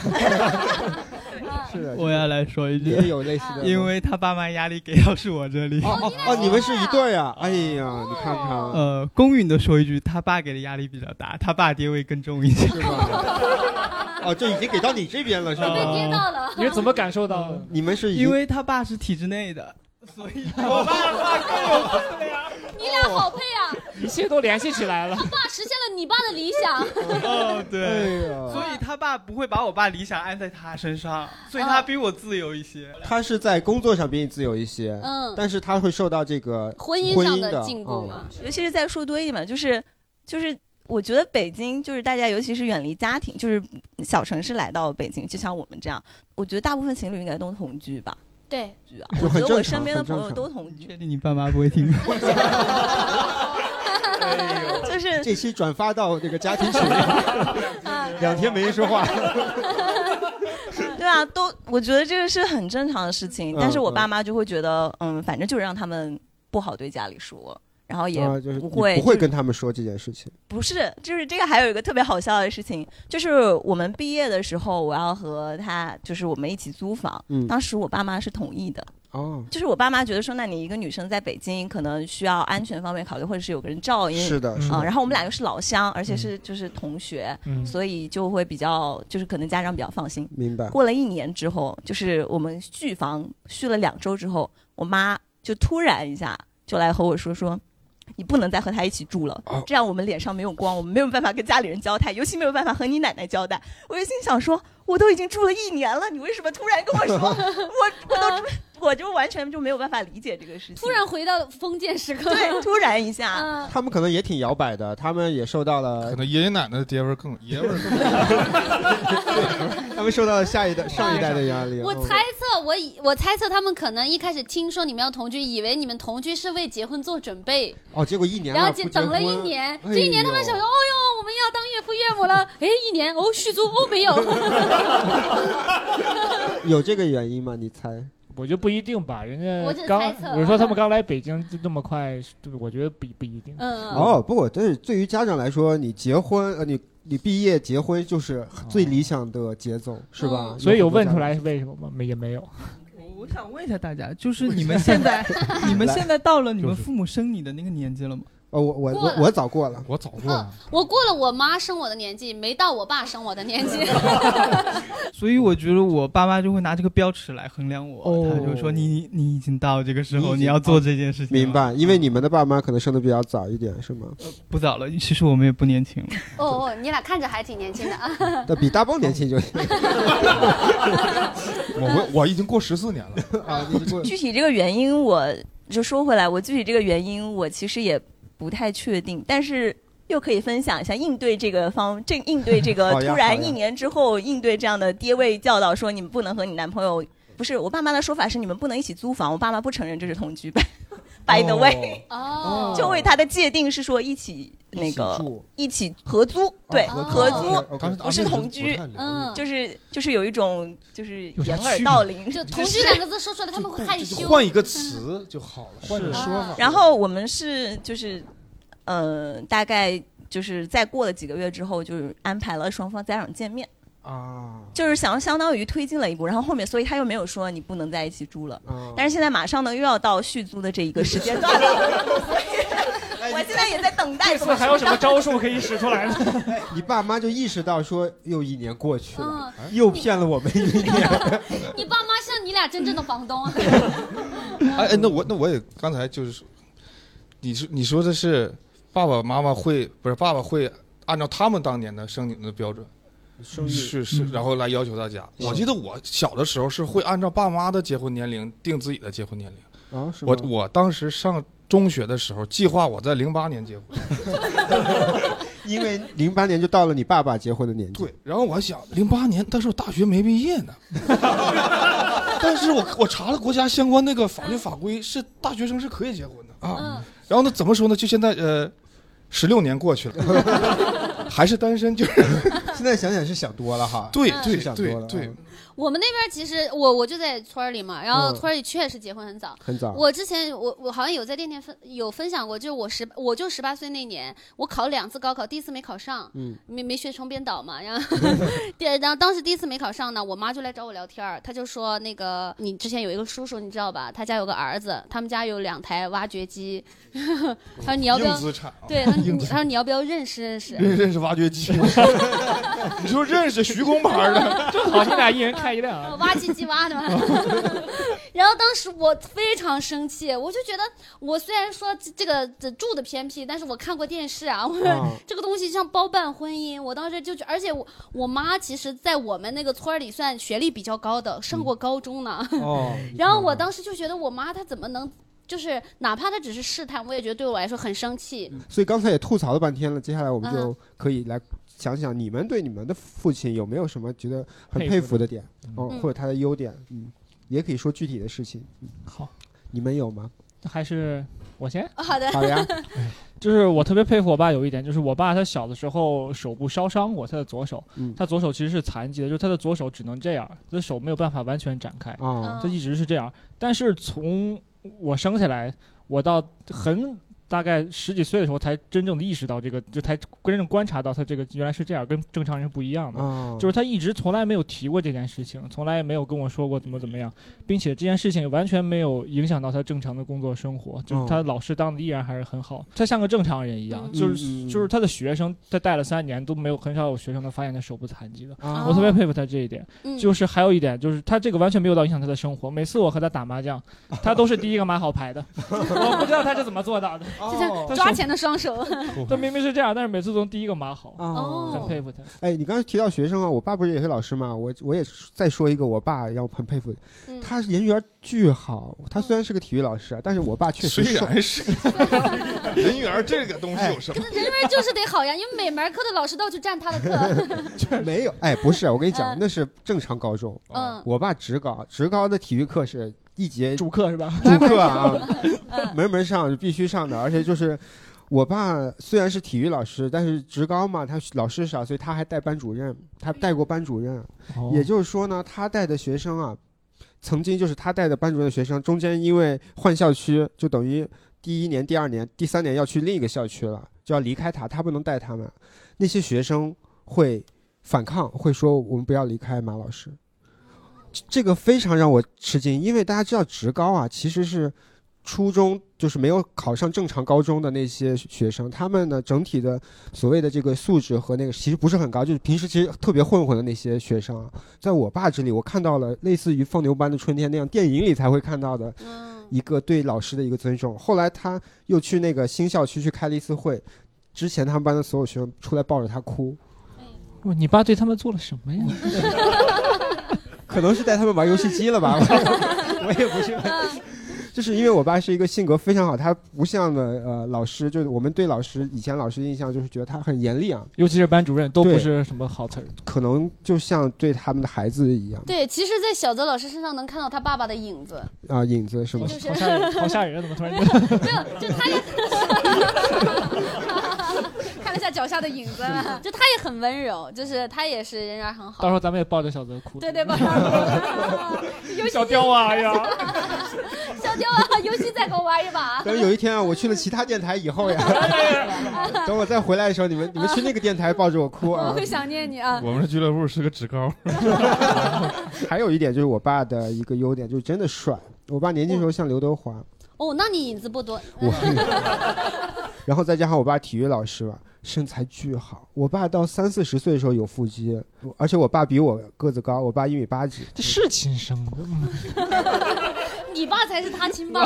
C: 是的，
U: 我要来说一句，
C: 也有类似的吗
U: 因为他爸妈压力给到是我这里。
C: 哦哦，你们是一对啊！哎呀，你看啊看，
U: 呃，公允的说一句，他爸给的压力比较大，他爸爹位更重一些。
C: *laughs* 哦，这已经给到你这边了，是
U: 被
C: 吗？
U: 跌到了你是怎
E: 么感受到的？
C: 你们是一
U: 因为他爸是体制内的，所以
E: 我爸
U: 的话更有分量。
A: 你俩好配啊！
E: 一切都联系起来了
A: 我。爸实现了你爸的理想，
U: *laughs* 哦，对
C: 哎呀，
U: 所以他爸不会把我爸理想安在他身上，所以他比我自由一些。
C: 他是在工作上比你自由一些，
G: 嗯
C: 但是他会受到这个
G: 婚
C: 姻
G: 姻上的禁
C: 啊
G: 锢嘛，尤其是再说多一点嘛，就是就是，我觉得北京就是大家，尤其是远离家庭，就是小城市来到北京，就像我们这样，我觉得大部分情侣应该都同居吧。对，
U: 就
G: 我
U: 很
G: 觉得我
U: 正
G: 身
U: 常
G: 边的
U: 很正
G: 朋友
U: 常
G: 都同居。
U: 确定你爸妈不会 *laughs* 听吗？
G: 就是
C: 嗯这期转发到这个家庭群
G: *laughs*
C: 里，两天没人说话。 *laughs*
G: *laughs* 对啊，都我觉得这个是很正常的事情，
C: 嗯
G: 但是我爸妈就会觉得，嗯，反正就是让他们不好对家里说，然后也
C: 啊，就是
G: 不
C: 你
G: 会、
C: 不会
G: 就
C: 跟他们说这件事情。
G: 不是，就是这个还有一个特别好笑的事情，就是我们毕业的时候，我要和他就是我们一起租房，
C: 嗯
G: 当时我爸妈是同意的。
C: 哦，
G: 就是我爸妈觉得说，那你一个女生在北京，可能需要安全方面考虑，或者是有个人照应。
C: 是的是
G: 啊、
C: 的
G: 然后我们俩又是老乡，而且是就是同学，
C: 嗯
G: 所以就会比较，就是可能家长比较放心。
C: 明白
G: 过了一年之后，就是我们续房续了两周之后，我妈就突然一下就来和我说说。你不能再和他一起住了，
A: 哦
G: 这样我们脸上没有光，我们没有办法跟家里人交代，尤其没有办法和你奶奶交代。我就心想说，我都已经住了一年了，你为什么突然跟
A: *laughs*
G: 我说？我我都我就完全就没有办法理解这个事情。
A: 突然回到封建时 *laughs* 刻，嗯
G: 对，突然一下，
C: 他们可能也挺摇摆的，他们也受到了可
D: 能爷爷奶奶的爹味儿更爷味儿
C: 更，他们受到了
A: *laughs*
C: 下一代上一代的压力。
A: 我
C: 嗯
A: 猜测，我以我猜测他们可能一开始听说你们要同居，以为你们同居是为结婚做准备，
C: 哦，结果一年
A: 然后
C: 不
A: 结
C: 结
A: 等了一
C: 婚
A: 年，
C: 哎
A: 这一年他们
C: 呦
A: 想说，哦哟，我们要当岳父岳母了，哎，一年哦续租哦没
C: *laughs*
A: 有， *laughs*
C: 有这个原因吗？你猜？
E: 我觉得不一定吧，人
A: 我
E: 家
A: 就
E: 刚
A: 猜测
E: 我说他们刚来北京就这么快，对我觉得不不一定。
A: 嗯
C: 哦，不过，但是对于家长来说，你结婚，呃，你你毕业结婚就是最理想的节奏，
A: 嗯
C: 是吧？
E: 所以有
C: 很多
E: 问
C: 家
E: 出
C: 长，
E: 来是为什么吗？没也没有。
U: 我想问一下大家，就是你们现 *laughs* 在你们现在到了你们
C: 就是
U: 父母生你的那个年纪了吗？
C: 哦，我我
A: 过了
C: 我我早过了，
U: 我早过了，
A: 我过了我妈生我的年纪，没到我爸生我的年
C: *laughs*
A: 纪。
U: *laughs* 所以我觉得我爸妈就会拿这个标尺来衡量我，他就说你你已经到这个时哦候，你要做这件事情了，啊呃
C: 明白？因为你们的爸妈可能生的比较早一点，是吗？
U: 不早了，其实我们也不年轻了。
A: 哦哦，你俩看着还挺年轻的啊。
C: *laughs* 那比大棒年
A: *laughs*
C: 轻就
D: 我我我已经过十四年了
C: 啊！
G: *laughs* 具体这个原因我，就说回来，我具体这个原因，我其实也不太确定，但是又可以分享一下应对这个方，这应对这个
H: 好呀
G: 突
H: 好呀
G: 然一年之后应对这样的爹位教导，说你们不能和你男朋友，不是我爸妈的说法是你们不能一起租房，我爸妈不承认这是同居 *laughs* *laughs* ，by the way，
A: 哦
G: 就为他的界定是说一起那个一起合
A: 哦
G: 租，对，合租不是同居，
A: 嗯，
G: 就是就是有一种就是
D: 有啥
G: 掩耳
D: 区别
G: 盗铃，
A: 就同居两个字说出来，他们会害羞。嗯
D: 换一个词就好了，
A: 啊
D: 换个说法。
G: 然后我们是就是，呃，大概就是再过了几个月之后，就是安排了双方家长见面，
C: 啊，
G: 就是想相当于推进了一步。然后后面，所以他又没有说你不能在一起住了。
C: 哦
G: 但是现在马上呢，又要到续租的这一个时间段了，所以我现在也在等待。
E: 这次还有什么招数可以使出
C: *laughs*
E: 来呢？
C: 你爸妈就意识到说，又一年过去了，
A: 嗯
C: 哎又骗了我们一年。
A: 你爸妈像你俩真正的房东啊。
D: *laughs*
A: *laughs*
D: 哎哎，那我那我也刚才就是说，你说你说的是爸爸妈妈会不是爸爸会按照他们当年的生你们的标准，
C: 生育嗯
D: 是是，然后来要求大家。我记得我小的时候是会按照爸妈的结婚年龄定自己的结婚年龄。
C: 啊，是吗
D: 我我当时上中学的时候，计划我在零八年结婚。
C: *laughs* 因为零八年就到了你爸爸结婚的年纪，
D: 对，然后我还想，零八年，但是我大学没毕业呢。
C: *laughs*
D: 但是我我查了国家相关那个法律法规，是大学生是可以结婚的啊。
A: 嗯
D: 然后呢，怎么说呢？就现在呃，十六年过去
A: *laughs*
D: 了，还是
C: *laughs*
D: 单身，就是
C: 现在想想是想多了哈。
D: 对
A: 嗯
D: 对
C: 是想多
D: 对
C: 了
D: 对，
A: 我们那边其实我我就在村儿里嘛，然后
C: 嗯
A: 村儿里确实结婚很早，
C: 很早
A: 我之前我我好像有在电台分有分享过，就是我十我就十八岁那年，我考两次高考，第一次没考上，
C: 嗯
A: 没没学成编导嘛，然后 *laughs* 第然后当时第一次没考上呢，我妈就来找我聊天儿，她就说那个你之前有一个叔叔你知道吧，他家有个儿子，他们家有两台挖掘机， *laughs* 她说你要不要
D: 硬资产啊
A: 对，她说
D: 硬
A: 你
D: 资
A: 她说你要不要认识认
D: *laughs*
A: 识，
D: 认认识挖掘机，你说认识徐工牌的，
E: 好，你俩一人开一辆啊。
A: 我挖机机挖的嘛。 *laughs* 然后当时我非常生气，我就觉得我虽然说这这个这住的偏僻，但是我看过电视啊，我
C: 嗯
H: 啊
A: 这个东西像包办婚姻，我当时就觉而且我我妈其实在我们那个村儿里算学历比较高的，上过高中呢。
C: 哦
A: *laughs* 然后我当时就觉得我妈她怎么能？就是哪怕她只是试探，我也觉得对我来说很生气。
C: 所以刚才也吐槽了半天了，接下来我们就
A: 嗯
C: 可以来想想你们对你们的父亲有没有什么觉得很
E: 佩
C: 佩
E: 服
C: 服的点，
E: 嗯
C: 哦，
A: 嗯
C: 或者他的优点，嗯，也可以说具体的事情。嗯
E: 好，
C: 你们有吗？
E: 还是我先？
A: 哦好的 *laughs*
C: 好呀。
E: 就是我特别佩服我爸有一点，就是我爸他小的时候手部烧伤过，他的左手，
C: 嗯
E: 他左手其实是残疾的，就是他的左手只能这样，他的手没有办法完全展开，
C: 哦
E: 他一直是这样。但是从我生下来，我到很大概十几岁的时候，才真正的意识到这个，就才真正观察到他这个原来是这样，跟正常人不一样的。
C: 哦
E: 就是他一直从来没有提过这件事情，从来也没有跟我说过怎么怎么样，并且这件事情完全没有影响到他正常的工作生活，就是他
C: 哦
E: 老师当的依然还是很好，他像个正常人一样，
C: 嗯
E: 就是
C: 嗯
E: 就是他的学生，他带了三年都没有很少有学生能发现他手部残疾的，
C: 啊
E: 我特别佩服他这一点。
C: 嗯
E: 就是还有一点就是他这个完全没有到影响他的生活，每次我和他打麻将，他都是第一个买好牌的，我不知道他是怎么做到的，
C: 哦
A: 就是抓钱的双手。
E: *laughs* 他明明是这样，但是每次都第一个码好，
A: 哦
E: 很佩服他。
C: 哎，你刚才提到学生啊，我爸不是也是老师嘛，我我也再说一个我爸，让我很佩服，
A: 嗯
C: 他人缘巨好。他虽然是个体育老师啊，但是我爸确实
D: 虽然
C: 是哎
D: 人缘这个东西有什么？
A: 人缘就是得好呀，因为每门课的老师都去占他的课。
C: 没有，哎，不是，我跟你讲
A: 嗯，
C: 那是正常高中。
A: 嗯
C: 我爸职高，职高的体育课是一节
E: 主课是吧？
C: 主课
A: *laughs*
C: 啊，
A: 嗯
C: *laughs* 门门上是必须上的，而且就是。我爸虽然是体育老师，但是职高嘛，他老师少，所以他还带班主任，他带过班主任。
E: 哦
C: 也就是说呢，他带的学生啊，曾经就是他带的班主任的学生，中间因为换校区，就等于第一年、第二年、第三年要去另一个校区了，就要离开他，他不能带他们。那些学生会反抗，会说我们不要离开马老师。这这个非常让我吃惊，因为大家知道职高啊，其实是初中就是没有考上正常高中的那些学生，他们呢整体的所谓的这个素质和那个其实不是很高，就是平时其实特别混混的那些学生啊，在我爸这里，我看到了类似于《放牛班的春天》那样电影里才会看到的一个对老师的一个尊重。后来他又去那个新校区去开了一次会，之前他们班的所有学生出来抱着他哭，
E: 哇你爸对他们做了什么呀？
C: *laughs* 可能是带他们玩游戏机了吧，我 *laughs* *laughs* 也不是。
A: 嗯
C: 就是因为我爸是一个性格非常好，他不像的呃老师，就是我们对老师以前老师的印象就是觉得他很严厉啊，
E: 尤其是班主任都不
C: 对
E: 是什么好词儿。
C: 可能就像对他们的孩子一样
A: 对，其实，在小泽老师身上能看到他爸爸的影子。
C: 啊、影子是吗？
A: 就是
E: 好吓人，好吓
C: 啊
E: 人！怎么突然间？
A: *laughs* 没有，就他 *laughs* 也看了一下脚下的影子，啊就他也很温柔，就是他也是人缘很好。
E: 到时候咱们也抱着小泽哭。
A: 对对吧？
E: 小雕啊哎呀，
A: *laughs* 小雕啊，游戏再给我玩一把。
C: 等
A: *laughs*
C: 有一啊天啊，我去了其他电台以后呀，等我再回来的时候，你们你们去那个电台抱着我
A: *laughs*
C: 哭
A: 我
C: 啊。
A: 会想念你啊。
D: 我们这俱乐部是个
A: *laughs*
D: 职高，
C: 还有一点就是我爸的一个优点，就是真的帅。我爸年轻时候像刘德华，
A: 哦，那你影子不多。
C: 然后再加上我爸体育老师吧，身材巨好。我爸到三四十岁的时候有腹肌，而且我爸比我个子高，我爸一米八几。
E: 这是亲生的，
A: 你爸才是他亲爸。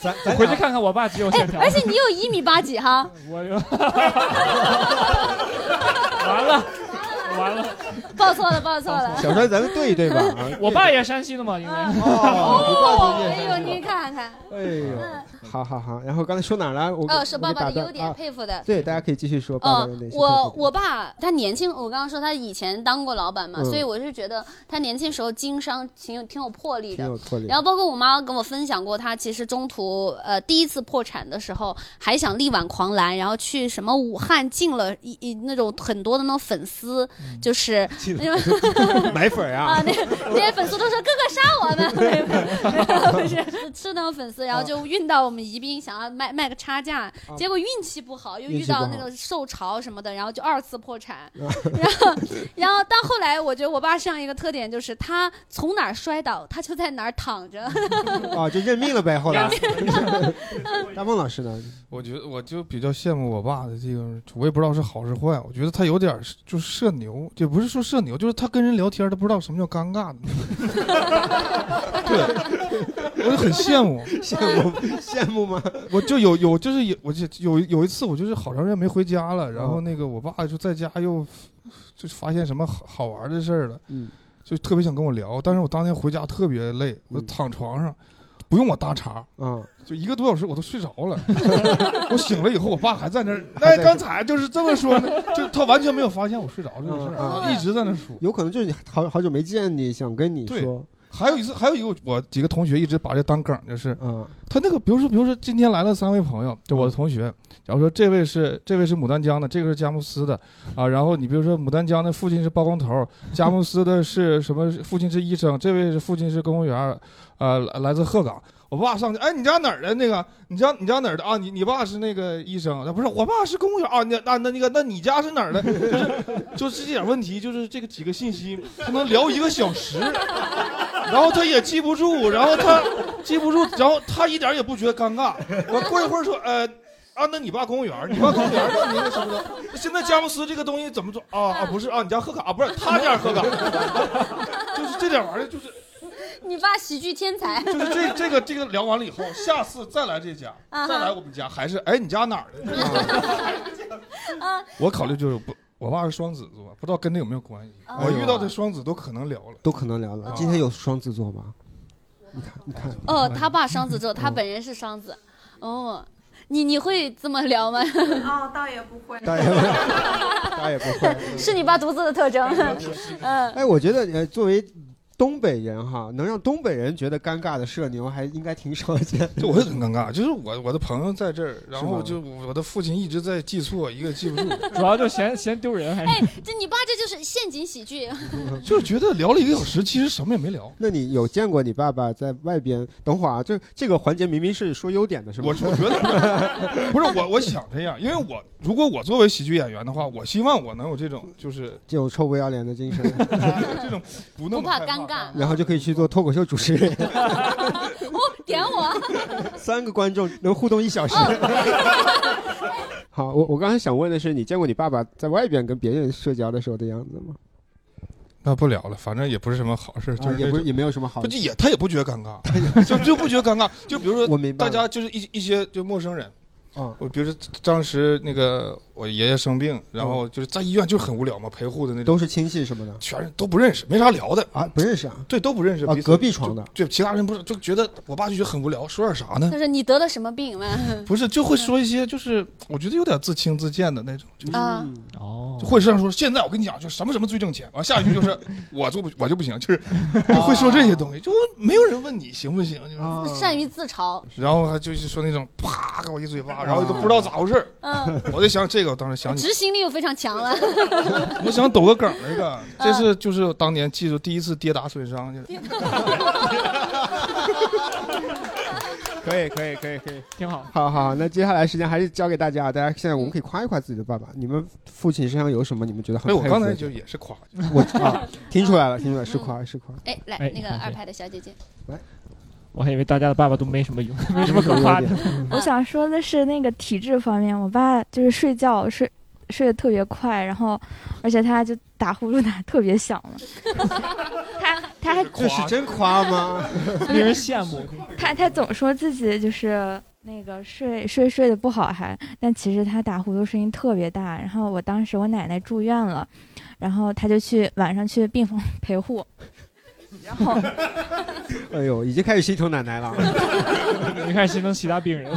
C: 咱
E: 我回去看看我爸肌肉线
A: *laughs*
E: 条。
A: 哎而且你有一米八几哈，
E: 我有 *laughs* 完了，完了，
A: 报错了，报错了。
C: 小帅，咱们对一对吧？
D: *laughs*
C: 啊，
E: 我爸也山西的嘛，应该。
A: 啊哦，哎呦，你看看，嗯
C: 哎呦，好好好。然后刚才说哪儿了？我
A: 哦，是爸爸的优点，
C: 点。
A: 佩服的。
C: 啊对，大家可以继续说爸爸
A: 哦
C: 的那，些。
A: 我我爸他年轻，我刚刚说他以前当过老板嘛，
C: 嗯
A: 所以我是觉得他年轻时候经商挺有挺有魄力的，
C: 挺有魄力
A: 然后包括我妈跟我分享过，她其实中途呃第一次破产的时候，还想力挽狂澜，然后去什么武汉进了一一那种很多的那种粉丝，
C: 嗯
A: 就是那种
C: *laughs* 买粉呀、
A: *laughs* 啊，那那些粉丝都说哥哥杀我们，没有 *laughs*
H: *laughs*
A: 没有不是是那种粉丝，然
H: 啊
A: 后就运到我们宜宾，想要卖卖个差价，结果运气不好，又
H: 运
A: 遇
H: 气不
A: 到
H: 好啊
A: 那个受潮什么的，然后就二次破产。 *laughs* 然后，然后到后来，我觉得我爸身上一个特点就是他从哪儿摔倒，他就在哪儿躺
H: *laughs*
A: 着。
C: 啊，就认命了呗。后来，大梦老师呢？
D: 我觉得我就比较羡慕我爸的这个，我也不知道是好是坏。我觉得他有点儿是就是社牛，也不是说社牛，就是他跟人聊天，他不知道什么叫
C: *laughs*
D: 尴尬的。对，我就很羡慕，
C: 羡慕羡慕吗？
D: *laughs* 我就有有就是有我就有有一次我就是好长时间没回家了，然后那个我爸就在家又 *sighs* 就发现什么好好玩的事儿了，
C: 嗯，
D: 就特别想跟我聊，但是我当天回家特别累，我躺床上。不用我搭茬，
C: 嗯，
D: 就一个多小时我都睡着了。我醒了以后，我爸还在那儿，那刚才就是这么说呢，就他完
C: 嗯
D: 全没有发现我睡着这个事儿，一直在那说。
C: 有可能就是好好久没见你，想跟你
D: 对
C: 说。，
D: 还有一次，还有一个我几个同学一直把这当梗，就是，
C: 嗯
D: 他那个，比如说，比如说今天来了三位朋友，就我的同学，假如说这位是这位是牡丹江的，这个是佳木斯的，啊，然后你比如说牡丹江的父亲是包工头，佳木斯的是什么？父亲是医生，这位是父亲是公务员，呃，来来自鹤岗。我爸上去，哎，你家哪儿的那个？你家你家哪儿的啊？你你爸是那个医生？他不是，我爸是公务员啊。你那那那个，那你家是哪儿的？ *laughs* 就是就是这点问题，就是这个几个信息，他能聊一个小时。 *laughs* 然后他也记不住，然后他记不住，然后他一点也不觉得尴尬。我过一会儿说，呃，啊，那你爸公务员，你爸公务员，那你那什么的。现在佳木斯这个东西怎么做啊？啊，不是啊，你家贺卡啊，不是他家贺卡， *laughs* 就是这点玩意儿，就是
A: 你爸喜剧天才，
D: 就是这这个这个聊完了以后，下次再来这家，
A: 啊哈
D: 再来我们家，还是哎，你家哪儿的？
A: 啊，
D: 我考虑就是不，我爸是双子座，不知道跟这有没有关系。
C: 哦
D: 我遇到的双子都可能聊了，
C: 都可能聊
D: 哦
C: 了。今天有双子座吗？你看，你看，
A: 哦，他爸双子座，他本人是双子，哦，你你会这么聊吗？ *laughs*
N: 哦，倒也不会，
C: 大家大家也不
A: *laughs*
C: 会。
D: 嗯
A: 是你爸独自的特征， *laughs* 嗯，
C: 哎，我觉得呃，作为东北人哈，能让东北人觉得尴尬的社牛还应该挺少见。
D: *laughs* 就我也很尴尬，就是我我的朋友在这儿，
C: *laughs*
D: 然
C: 是
D: 后
C: 吗
D: 就我的父亲一直在记错，一个记不住，
E: 主要就嫌嫌丢人，还
A: 哎，这你爸这就是陷阱喜剧，
D: 就是觉得聊了一个小时，其实什么也没聊。
C: 那你有见过你爸爸在外边？等会儿啊，这这个环节明明是说优点的，是吗？
D: 我我觉得不是我，我想这样，因为我如果我作为喜剧演员的话，我希望我能有这种就是
C: 这种臭不要脸的精神，
D: *laughs* 这种不那
A: 不
D: 么
A: 怕
D: 害
A: 尴尬，
C: *laughs* 然后就可以去做脱口秀主持人，
A: 哦，点我， *laughs*
C: 三个观众能互动一小时。
A: 哦
C: *laughs* 好，我我刚才想问的是，你见过你爸爸在外边跟别人社交的时候的样子吗？
D: *laughs* 那不聊了，反正也不是什么好事，就是
C: 啊、也不
D: 那种
C: 也没有什么好
D: 不就也他也不觉得尴尬，就就不觉得尴尬。就比如说，大家啊就是一一些就陌生人，
C: 啊，
D: 我比如说当时那个我爷爷生病，然后就是在医院就是很无聊嘛，陪护的那种，
C: 嗯都是亲戚什么的，
D: 全是都不认识，没啥聊的
C: 啊，不认识啊，
D: 对，都不认识
C: 啊
D: 彼此
C: 隔壁床的
D: 就对，其他人不是就觉得我爸就觉得很无聊，说点啥呢
A: 就？是你得了什么病吗？
D: 不是，就会说一些就是我觉得有点自轻自贱的那种，就是嗯
A: 啊，
E: 哦
D: 就会这样说。现在我跟你讲，就什么什么最
E: *laughs*
D: 挣钱。完啊下一句就是我做不我就不行，就是
E: 哦
D: 就会说这些东西，就没有人问你行不行，就是
A: 善于自嘲，
D: 然后他就是说那种啪给我一嘴
E: 哦
D: 巴，然后都不知道咋回事儿。
A: 嗯，
D: *laughs* 我在想这个，我当时想起
A: 执，行力嗯又非常强
D: *laughs*
A: 了，
D: 我想抖个梗儿那个，这是就是当年记住第一次跌打损伤
A: 嗯
D: 去。
E: *laughs*
C: 可以可以可以可以，
E: 挺好。
C: 好好，那接下来时间还是交给大家，大家现在我们可以夸一夸自己的爸爸。你们父亲身上有什么你们觉得很
D: 哎，我
C: 佩服的？
D: 刚才就也是夸，
C: 我啊，听
A: *laughs*
C: 出来了，听出来是夸是夸。
A: 哎，来
E: 哎
A: 那个
E: 好
A: 二排的小姐姐，
E: 我还以为大家的爸爸都没什么用， *laughs* 没什么可夸
C: *laughs*
E: 的。
H: 我想说的是那个体质方面，我爸就是睡觉睡睡得特别快，然后而且他就打呼噜打得特别响了。他他还
C: 这是真夸
A: *laughs*
C: 吗？
E: 令人羡慕。
H: 他他总说自己就是那个睡睡睡得不好还，但其实他打呼噜声音特别大。然后我当时我奶奶住院了，然后他就去晚上去病房陪护，然后
C: 哎呦，已经开始心疼奶
E: *laughs*
C: 奶了。
E: 你开始心疼其他病人。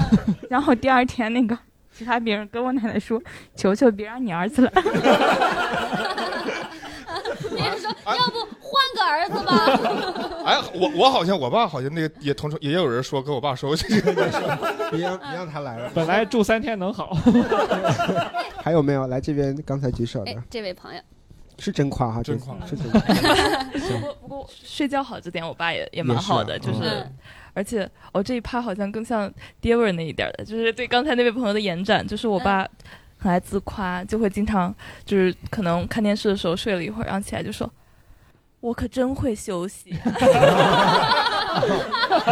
H: 然后第二天那个其他病人跟我奶奶说：“求求别让你儿 *laughs* 子来。”
A: 别人说要不换个儿子吧，
D: *laughs* 哎，我我好像我爸好像那个也同时也有人说跟我爸说 *laughs* 这个，
C: 别让别让他来了，
E: 本来住三天能好。
A: 哎
C: 还有没有来这边刚才举手
A: 哎
C: 的？，
A: 这位朋友，
C: 是真夸哈，
D: 真
C: 这
D: 夸
C: 是真夸。
M: *laughs* 不过不过睡觉好这点，我爸也也蛮
C: 也是啊
M: 好的，就是。
C: 嗯
M: 而且我、这一趴好像更像爹味儿那一点儿的，就是对刚才那位朋友的延展，就是我爸很爱自夸，就会经常就是可能看电视的时候睡了一会儿，然后起来
C: *laughs*
M: 就说：“ *laughs* 我可真会休息。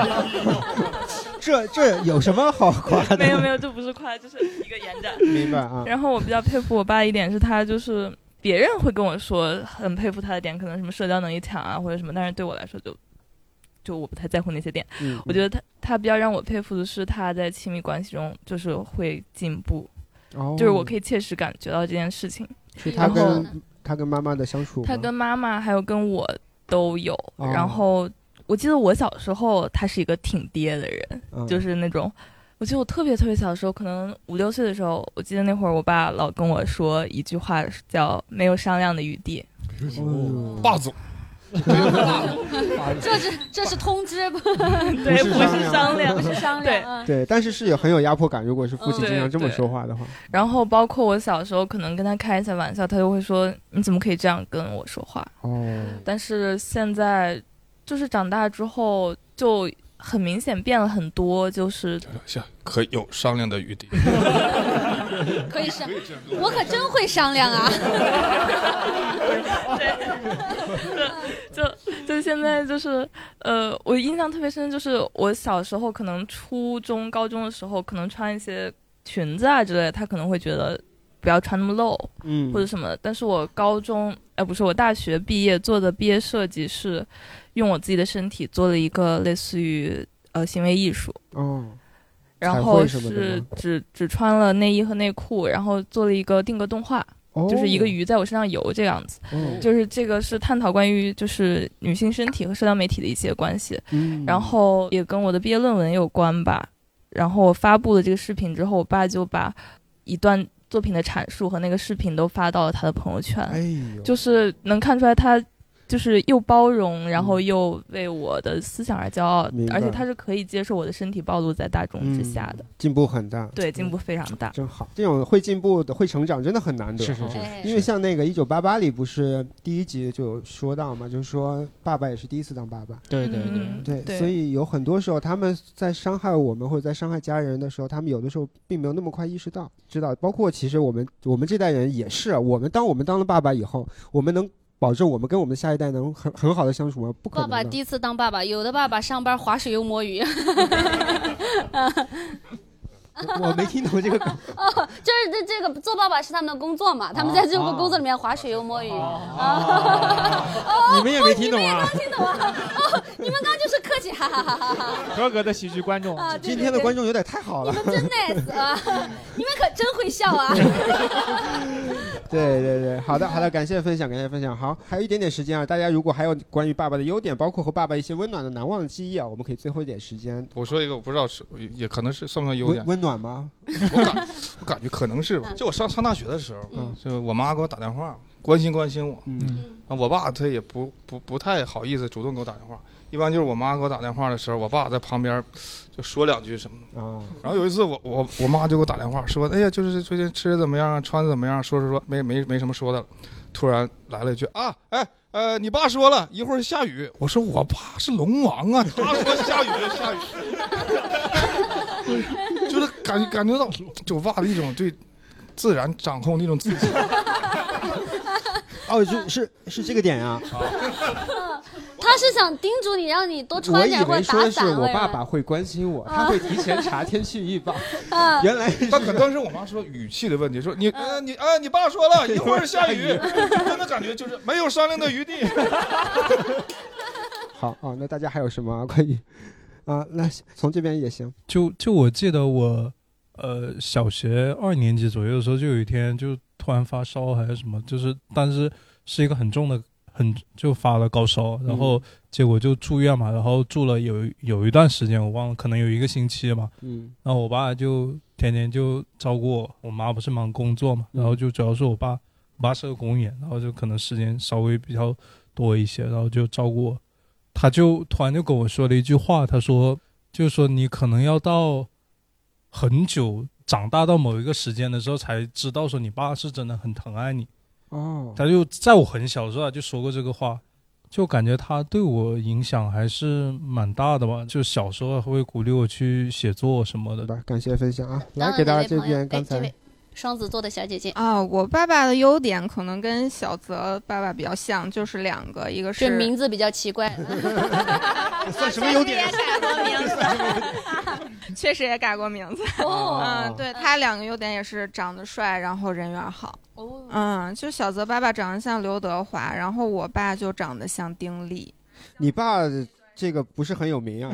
C: *laughs* 这这有什么好夸”
M: *laughs*
C: 的？
M: 没有没有，这不是夸，就是一个延展。
C: 明白啊。
M: 然后我比较佩服我爸一点是他就是别人会跟我说很佩服他的点，可能什么社交能力强啊或者什么，但是对我来说就就我不太在乎那些点。
V: 嗯
M: 我觉得他他比较让我佩服的是他在亲密关系中就是会进步，
C: 哦
M: 就是我可以切实感觉到这件事情。
C: *laughs* 是他
M: 然后
C: 跟他跟妈妈的相处吗，
M: 他跟妈妈还有跟我都有，
C: 哦
M: 然后我记得我小时候他是一个挺爹的人，
C: 嗯
M: 就是那种。我记得我特别特别小的时候，可能五六岁的时候，我记得那会儿我爸老
C: 哎
M: 跟我说一句话，叫“没有商量的余地”。
D: 霸总，
M: *laughs*
A: 这是这是通知，不
C: 对不是商量
A: 不是商
M: 对
A: 量。嗯
C: 对，但是是也很有压迫感。如果是父
M: 嗯
C: 亲经
M: 对
C: 常这么
M: 对
C: 说话的话，
M: 然后包括我小时候可能跟他开一下玩笑，他就会说你怎么可以这样跟我说话？
C: 哦，
M: 但是现在就是长大之后就很明显变了很多，就是
D: 行，可有商量的余地。
A: 可以商，我可真会商量
D: *laughs*
A: 啊！
M: *laughs* 就就现在就是呃，我印象特别深，就是我小时候可能初中、高中的时候，可能穿一些裙子啊之类的，他可能会觉得不要穿那么露，
J: 嗯
M: 或者什么的。但是我高中，哎、不是我大学毕业做的毕业设计是用我自己的身体做了一个类似于呃行为艺术，
C: 哦，
M: 然
C: 彩
M: 后
C: 绘什么的
M: 是
C: 吗
M: 只只穿了内衣和内裤，然后做了一个定格动画，
C: 哦
M: 就是一个鱼在我身上游这样子。
C: 哦
M: 就是这个是探讨关于就是女性身体和社交媒体的一些关系，
C: 嗯
M: 然后也跟我的毕业论文有关吧。然后我发布了这个视频之后，我爸就把一段作品的阐述和那个视频都发到了他的朋友圈，
C: 哎
M: 就是能看出来他。就是又包容，然后又为我的思想而骄傲
C: 明，白嗯
M: 而且他是可以接受我的身体暴露在大众之下的。
C: 进步很大。
M: 对，进步非常大。
C: 真好，这种会进步的、会成长，真的很难得。哦
M: 是是是哎
C: 因为像那个《一九八八》里不是第一集就有说到嘛，就是说爸爸也是第一次当爸爸。
E: 对对对嗯
C: 对，
E: 对
C: 所以有很多时候他们在伤害我们或者在伤害家人的时候，他们有的时候并没有那么快意识到，知道。包括其实我们我们这代人也是，啊我们当我们当了爸爸以后，我们能。保证我们跟我们的下一代能很很好的相处吗？不可
A: 爸
C: 能的。
A: 爸第一次当爸爸，有的爸爸上班划水又摸鱼。 *laughs*
C: 我没听懂这个 *laughs* 梗。
A: 哦，就是这这个做爸爸是他们的工作嘛，
C: 啊
A: 他们在这个工作里面划水又摸鱼。
E: 你们也没听懂啊？
A: 听懂吗？哦，你们刚刚就是客气，哈哈哈哈哈哈。
E: 合格的喜剧观众
A: 啊，对对对
C: 众有点太好了。
A: 真 nice 啊！你们可真会笑啊！ *laughs*
C: 对对对，
N: 嗯
C: 好的好的，感谢分享，感谢分享。好，还有一点点时间啊，大家如果还有关于爸爸的优点，包括和爸爸一些温暖的难忘的记忆啊，我们可以最后一点时间。
D: 我说一个，我不知道是也也可能是算不算优
C: 温
D: 点，
C: 温暖吗？
D: 我感觉可能是吧。就我上上大学的时候，
C: 嗯
D: 就我妈给我打电话关心关心我，
C: 嗯，
D: 啊，我爸他也不不不太好意思主动给我打电话，一般就是我妈给我打电话的时候，我爸在旁边就说两句什么
C: 的。啊，
D: 然后有一次我我我妈就给我打电话说，哎呀，就是最近吃的怎么样啊，穿的怎么样啊，说说说没没没什么说的了，突然来了一句啊，哎呃，你爸说了一会儿下雨，我说我爸是龙王啊，他说下雨就下雨。 *laughs* 就是感感觉到就我爸的一种对自然掌控的一种自信。
C: *laughs* 哦，是是是这个点啊。
A: 嗯他是想叮嘱你，让你多
C: 我
A: 穿
C: 以
A: 点或
C: 为
A: 者
C: 说
A: 打
C: 的是
A: 伞。啊
C: 我
A: 为
C: 爸
A: 了
C: 爸会关心我，
A: 啊
C: *laughs* 他会提前查天气预 *laughs* 报。
A: 啊
C: 原
D: *laughs*
C: 来，
D: 但可当时我妈说语气的问题，说你呃你啊你爸说
C: *laughs*
D: 了一会儿下雨，
C: 一会儿
D: 就真的感觉就是没有商量的余地。
C: 好哦，那大家还有什么关于啊？那从这边也行。
F: 就就我记得我，呃，小学二年级左右的时候，就有一天就突然发烧还是什么，就是但是是一个很重的，很就发了高烧，然后结果就住院嘛，然后住了有有一段时间，我忘了，可能有一个星期嘛。
C: 嗯，
F: 然后我爸就天天就照顾我，我妈不是忙工作
C: 嗯
F: 嘛，然后就主要是我爸，我爸是个公务员，然后就可能时间稍微比较多一些，然后就照顾我。他就突然就跟我说了一句话，他说，就是说你可能要到很久长大到某一个时间的时候，才知道说你爸是真的很疼爱你。
C: 哦，
F: 他就在我很小的时候他啊就说过这个话，就感觉他对我影响还是蛮大的吧。就小时候还会鼓励我去写作什么的。
C: 感谢分享啊！
A: 当
C: 来
A: 然
C: 给大
A: 那
C: 家
A: 位
C: 这
A: 朋友
C: 边
A: 哎
C: 刚
A: 这
C: 才
A: 位双子座的小姐姐
N: 啊、我爸爸的优点可能跟小泽爸爸比较像，就是两个，一个
A: 这
N: 是
A: 名字比较
N: *laughs*
A: 奇
E: *laughs*
A: 怪。
C: 算什
N: 么优
A: *laughs*
N: 点？ *laughs* 确实也改过名字。
A: 哦
N: 嗯，对他两个优点也是长得帅，然后人缘好。
A: 哦，
N: 嗯，就小泽爸爸长得像刘德华，然后我爸就长得像丁力。
C: 你爸这个不是很
N: *laughs*
C: 有名啊，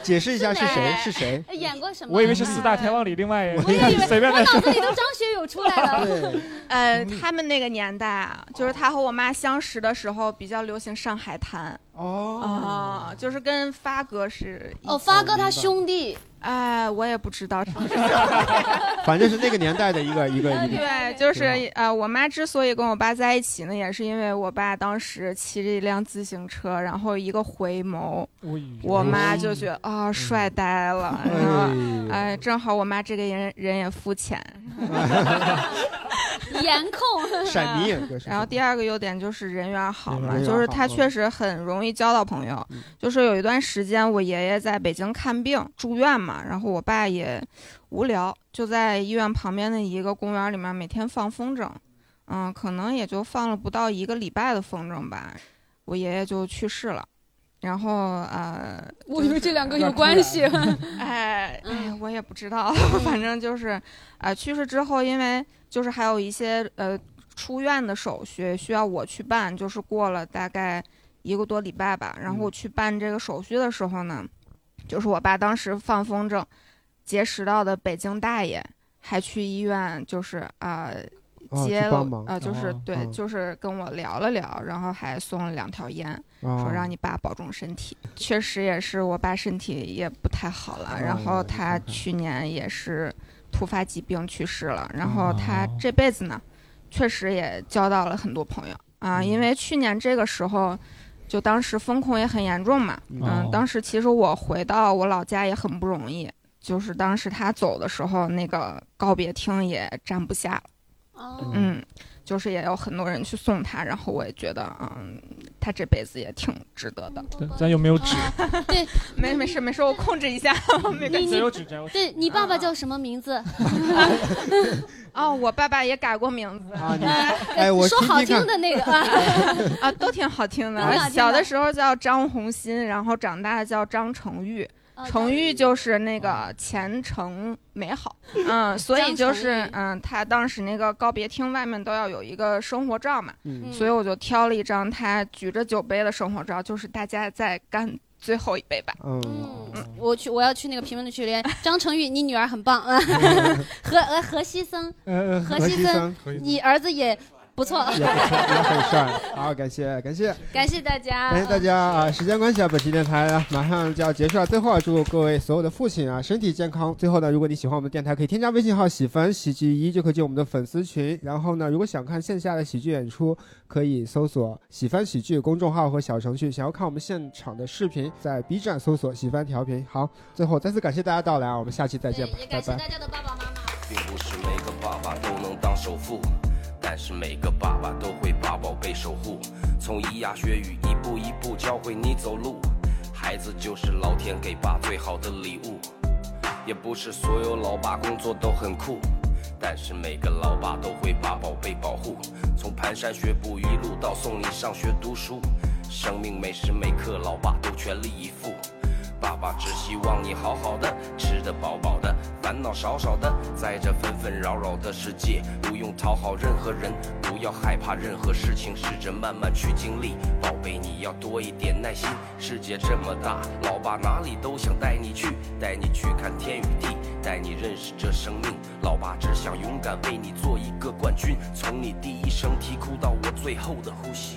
C: 解释一下是谁？是谁？
A: 哎演过什么？啊
E: 我以为是四大天王里另外
A: 我也以为，
E: 随便
A: 我
E: 再
A: 脑
E: 说
A: 子。里都张学友出来
E: *laughs*
A: 了。
N: 嗯呃，他们那个年代啊，就是他和我妈相识的时候，比较流行上海滩。哦，就是跟发哥是一
A: 哦发哥
N: 起的
A: 他兄弟，
N: 哎，我也不知道是不是。
C: 反正是那个年代的一个一个一个。
N: *laughs* 对，就是呃，我妈之所以跟我爸在一起呢，也是因为我爸当时骑着一辆自行车，然后一个回眸，我妈就觉得啊、帅呆了，然后哎、正好我妈这个人人也肤浅，
A: *laughs* 颜控
C: 闪迷眼哥是
N: 然后第二个优点就是人缘好嘛，
C: 人缘
N: 就是
C: 好
N: 他
C: 嗯
N: 确实很容易交到朋友。就是有一段时间，我爷爷在北京看病住院嘛，然后我爸也无聊，就在医院旁边的一个公园里面每天放风筝，嗯，可能也就放了不到一个礼拜的风筝吧，我爷爷就去世了。然后呃，
A: 我以为这两个有
N: 关
Q: *laughs*
A: 系。
N: *laughs* 哎
C: 嗯
N: 哎，我也不知道， *laughs* 反正就是，啊、去世之后，因为就是还有一些呃出院的手续需要我去办，就是过了大概一个多礼拜吧。然
C: 嗯
N: 后我去办这个手续的时候呢，就是我爸当时放风筝，结识到的北京大爷，还去医院就是啊。
C: 哦
N: 接
C: 去
N: 了
C: 帮
N: 我
C: 忙
N: 呃，就是、
C: 哦
N: 对，
C: 哦
N: 就是跟我聊了聊，然后还送了两条烟，
C: 哦
N: 说让你爸保重身体。确实也是，我爸身体也不太好了，然后他去年也是突发疾病去世了，然后他这辈子呢，确实也交到了很多朋友啊，因为去年这个时候。就当时风控也很严重嘛，嗯、
J: 哦
N: 当时其实我回到我老家也很不容易，就是当时他走的时候，那个告别厅也站不下了，
A: 哦
N: 嗯，就是也有很多人去送他，然后我也觉得，嗯，他这辈子也挺值得的。
E: 对咱有没有
N: *laughs*
E: 纸？
A: 对，
N: 没没事没事，我控制一下，我 *laughs* 啊没
A: *laughs* 你
N: 感
A: 你
N: 觉。
A: 对你爸爸叫什么名字？
N: *laughs* 哦，我爸爸也改过名字。啊
A: 你 *laughs*
C: 哎我
N: 说
C: 听听
N: 好
C: 看
N: 听的那个啊 *laughs* 啊，都挺好听的
A: 都挺好听。的
N: 小的时候叫张红心，然后长大叫张成玉。成玉就是那个前程美好，嗯，所以就是嗯，他当时那个告别厅外面都要有一个生活照嘛，
C: 嗯
N: 所以我就挑了一张他举着酒杯的生活照，就是大家再干最后一杯吧。
C: *laughs* 嗯，
A: 我去，我要去那个评论区留言。张成玉，你女儿很棒。
C: 嗯
A: *laughs* 何呃 *laughs* 何西森，
C: 呃何
A: 西
C: 西森何西森
A: 你儿子也不错。 *laughs*
C: 也不错，也很帅。好，感谢感谢。
A: 感谢大家，
C: 感谢大家啊！时间关系啊，本期电台啊马上就要结束了。最后啊，祝各位所有的父亲啊身体健康。最后呢，如果你喜欢我们的电台，可以添加微信号“喜欢喜剧一”，就可以进我们的粉丝群。然后呢，如果想看线下的喜剧演出，可以搜索“喜欢喜剧”公众号和小程序。想要看我们现场的视频，在 B 站搜索“喜欢调频”。好，最后再次感谢大家到来啊，我们下期再见吧，拜拜。
V: 并不是每个爸爸都能当首富，但是每个爸爸都会把宝贝守护，从咿呀学语一步一步教会你走路。孩子就是老天给爸最好的礼物，也不是所有老爸工作都很酷，但是每个老爸都会把宝贝保护，从蹒跚学步一路到送你上学读书，生命每时每刻老爸都全力以赴。爸爸只希望你好好的，吃得饱饱的，烦恼少少的，在这纷纷扰扰的世界，不用讨好任何人，不要害怕任何事情，试着慢慢去经历。宝贝，你要多一点耐心。世界这么大，老爸哪里都想带你去，带你去看天与地，带你认识这生命。老爸只想勇敢为你做一个冠军，从你第一声啼哭到我最后的呼吸。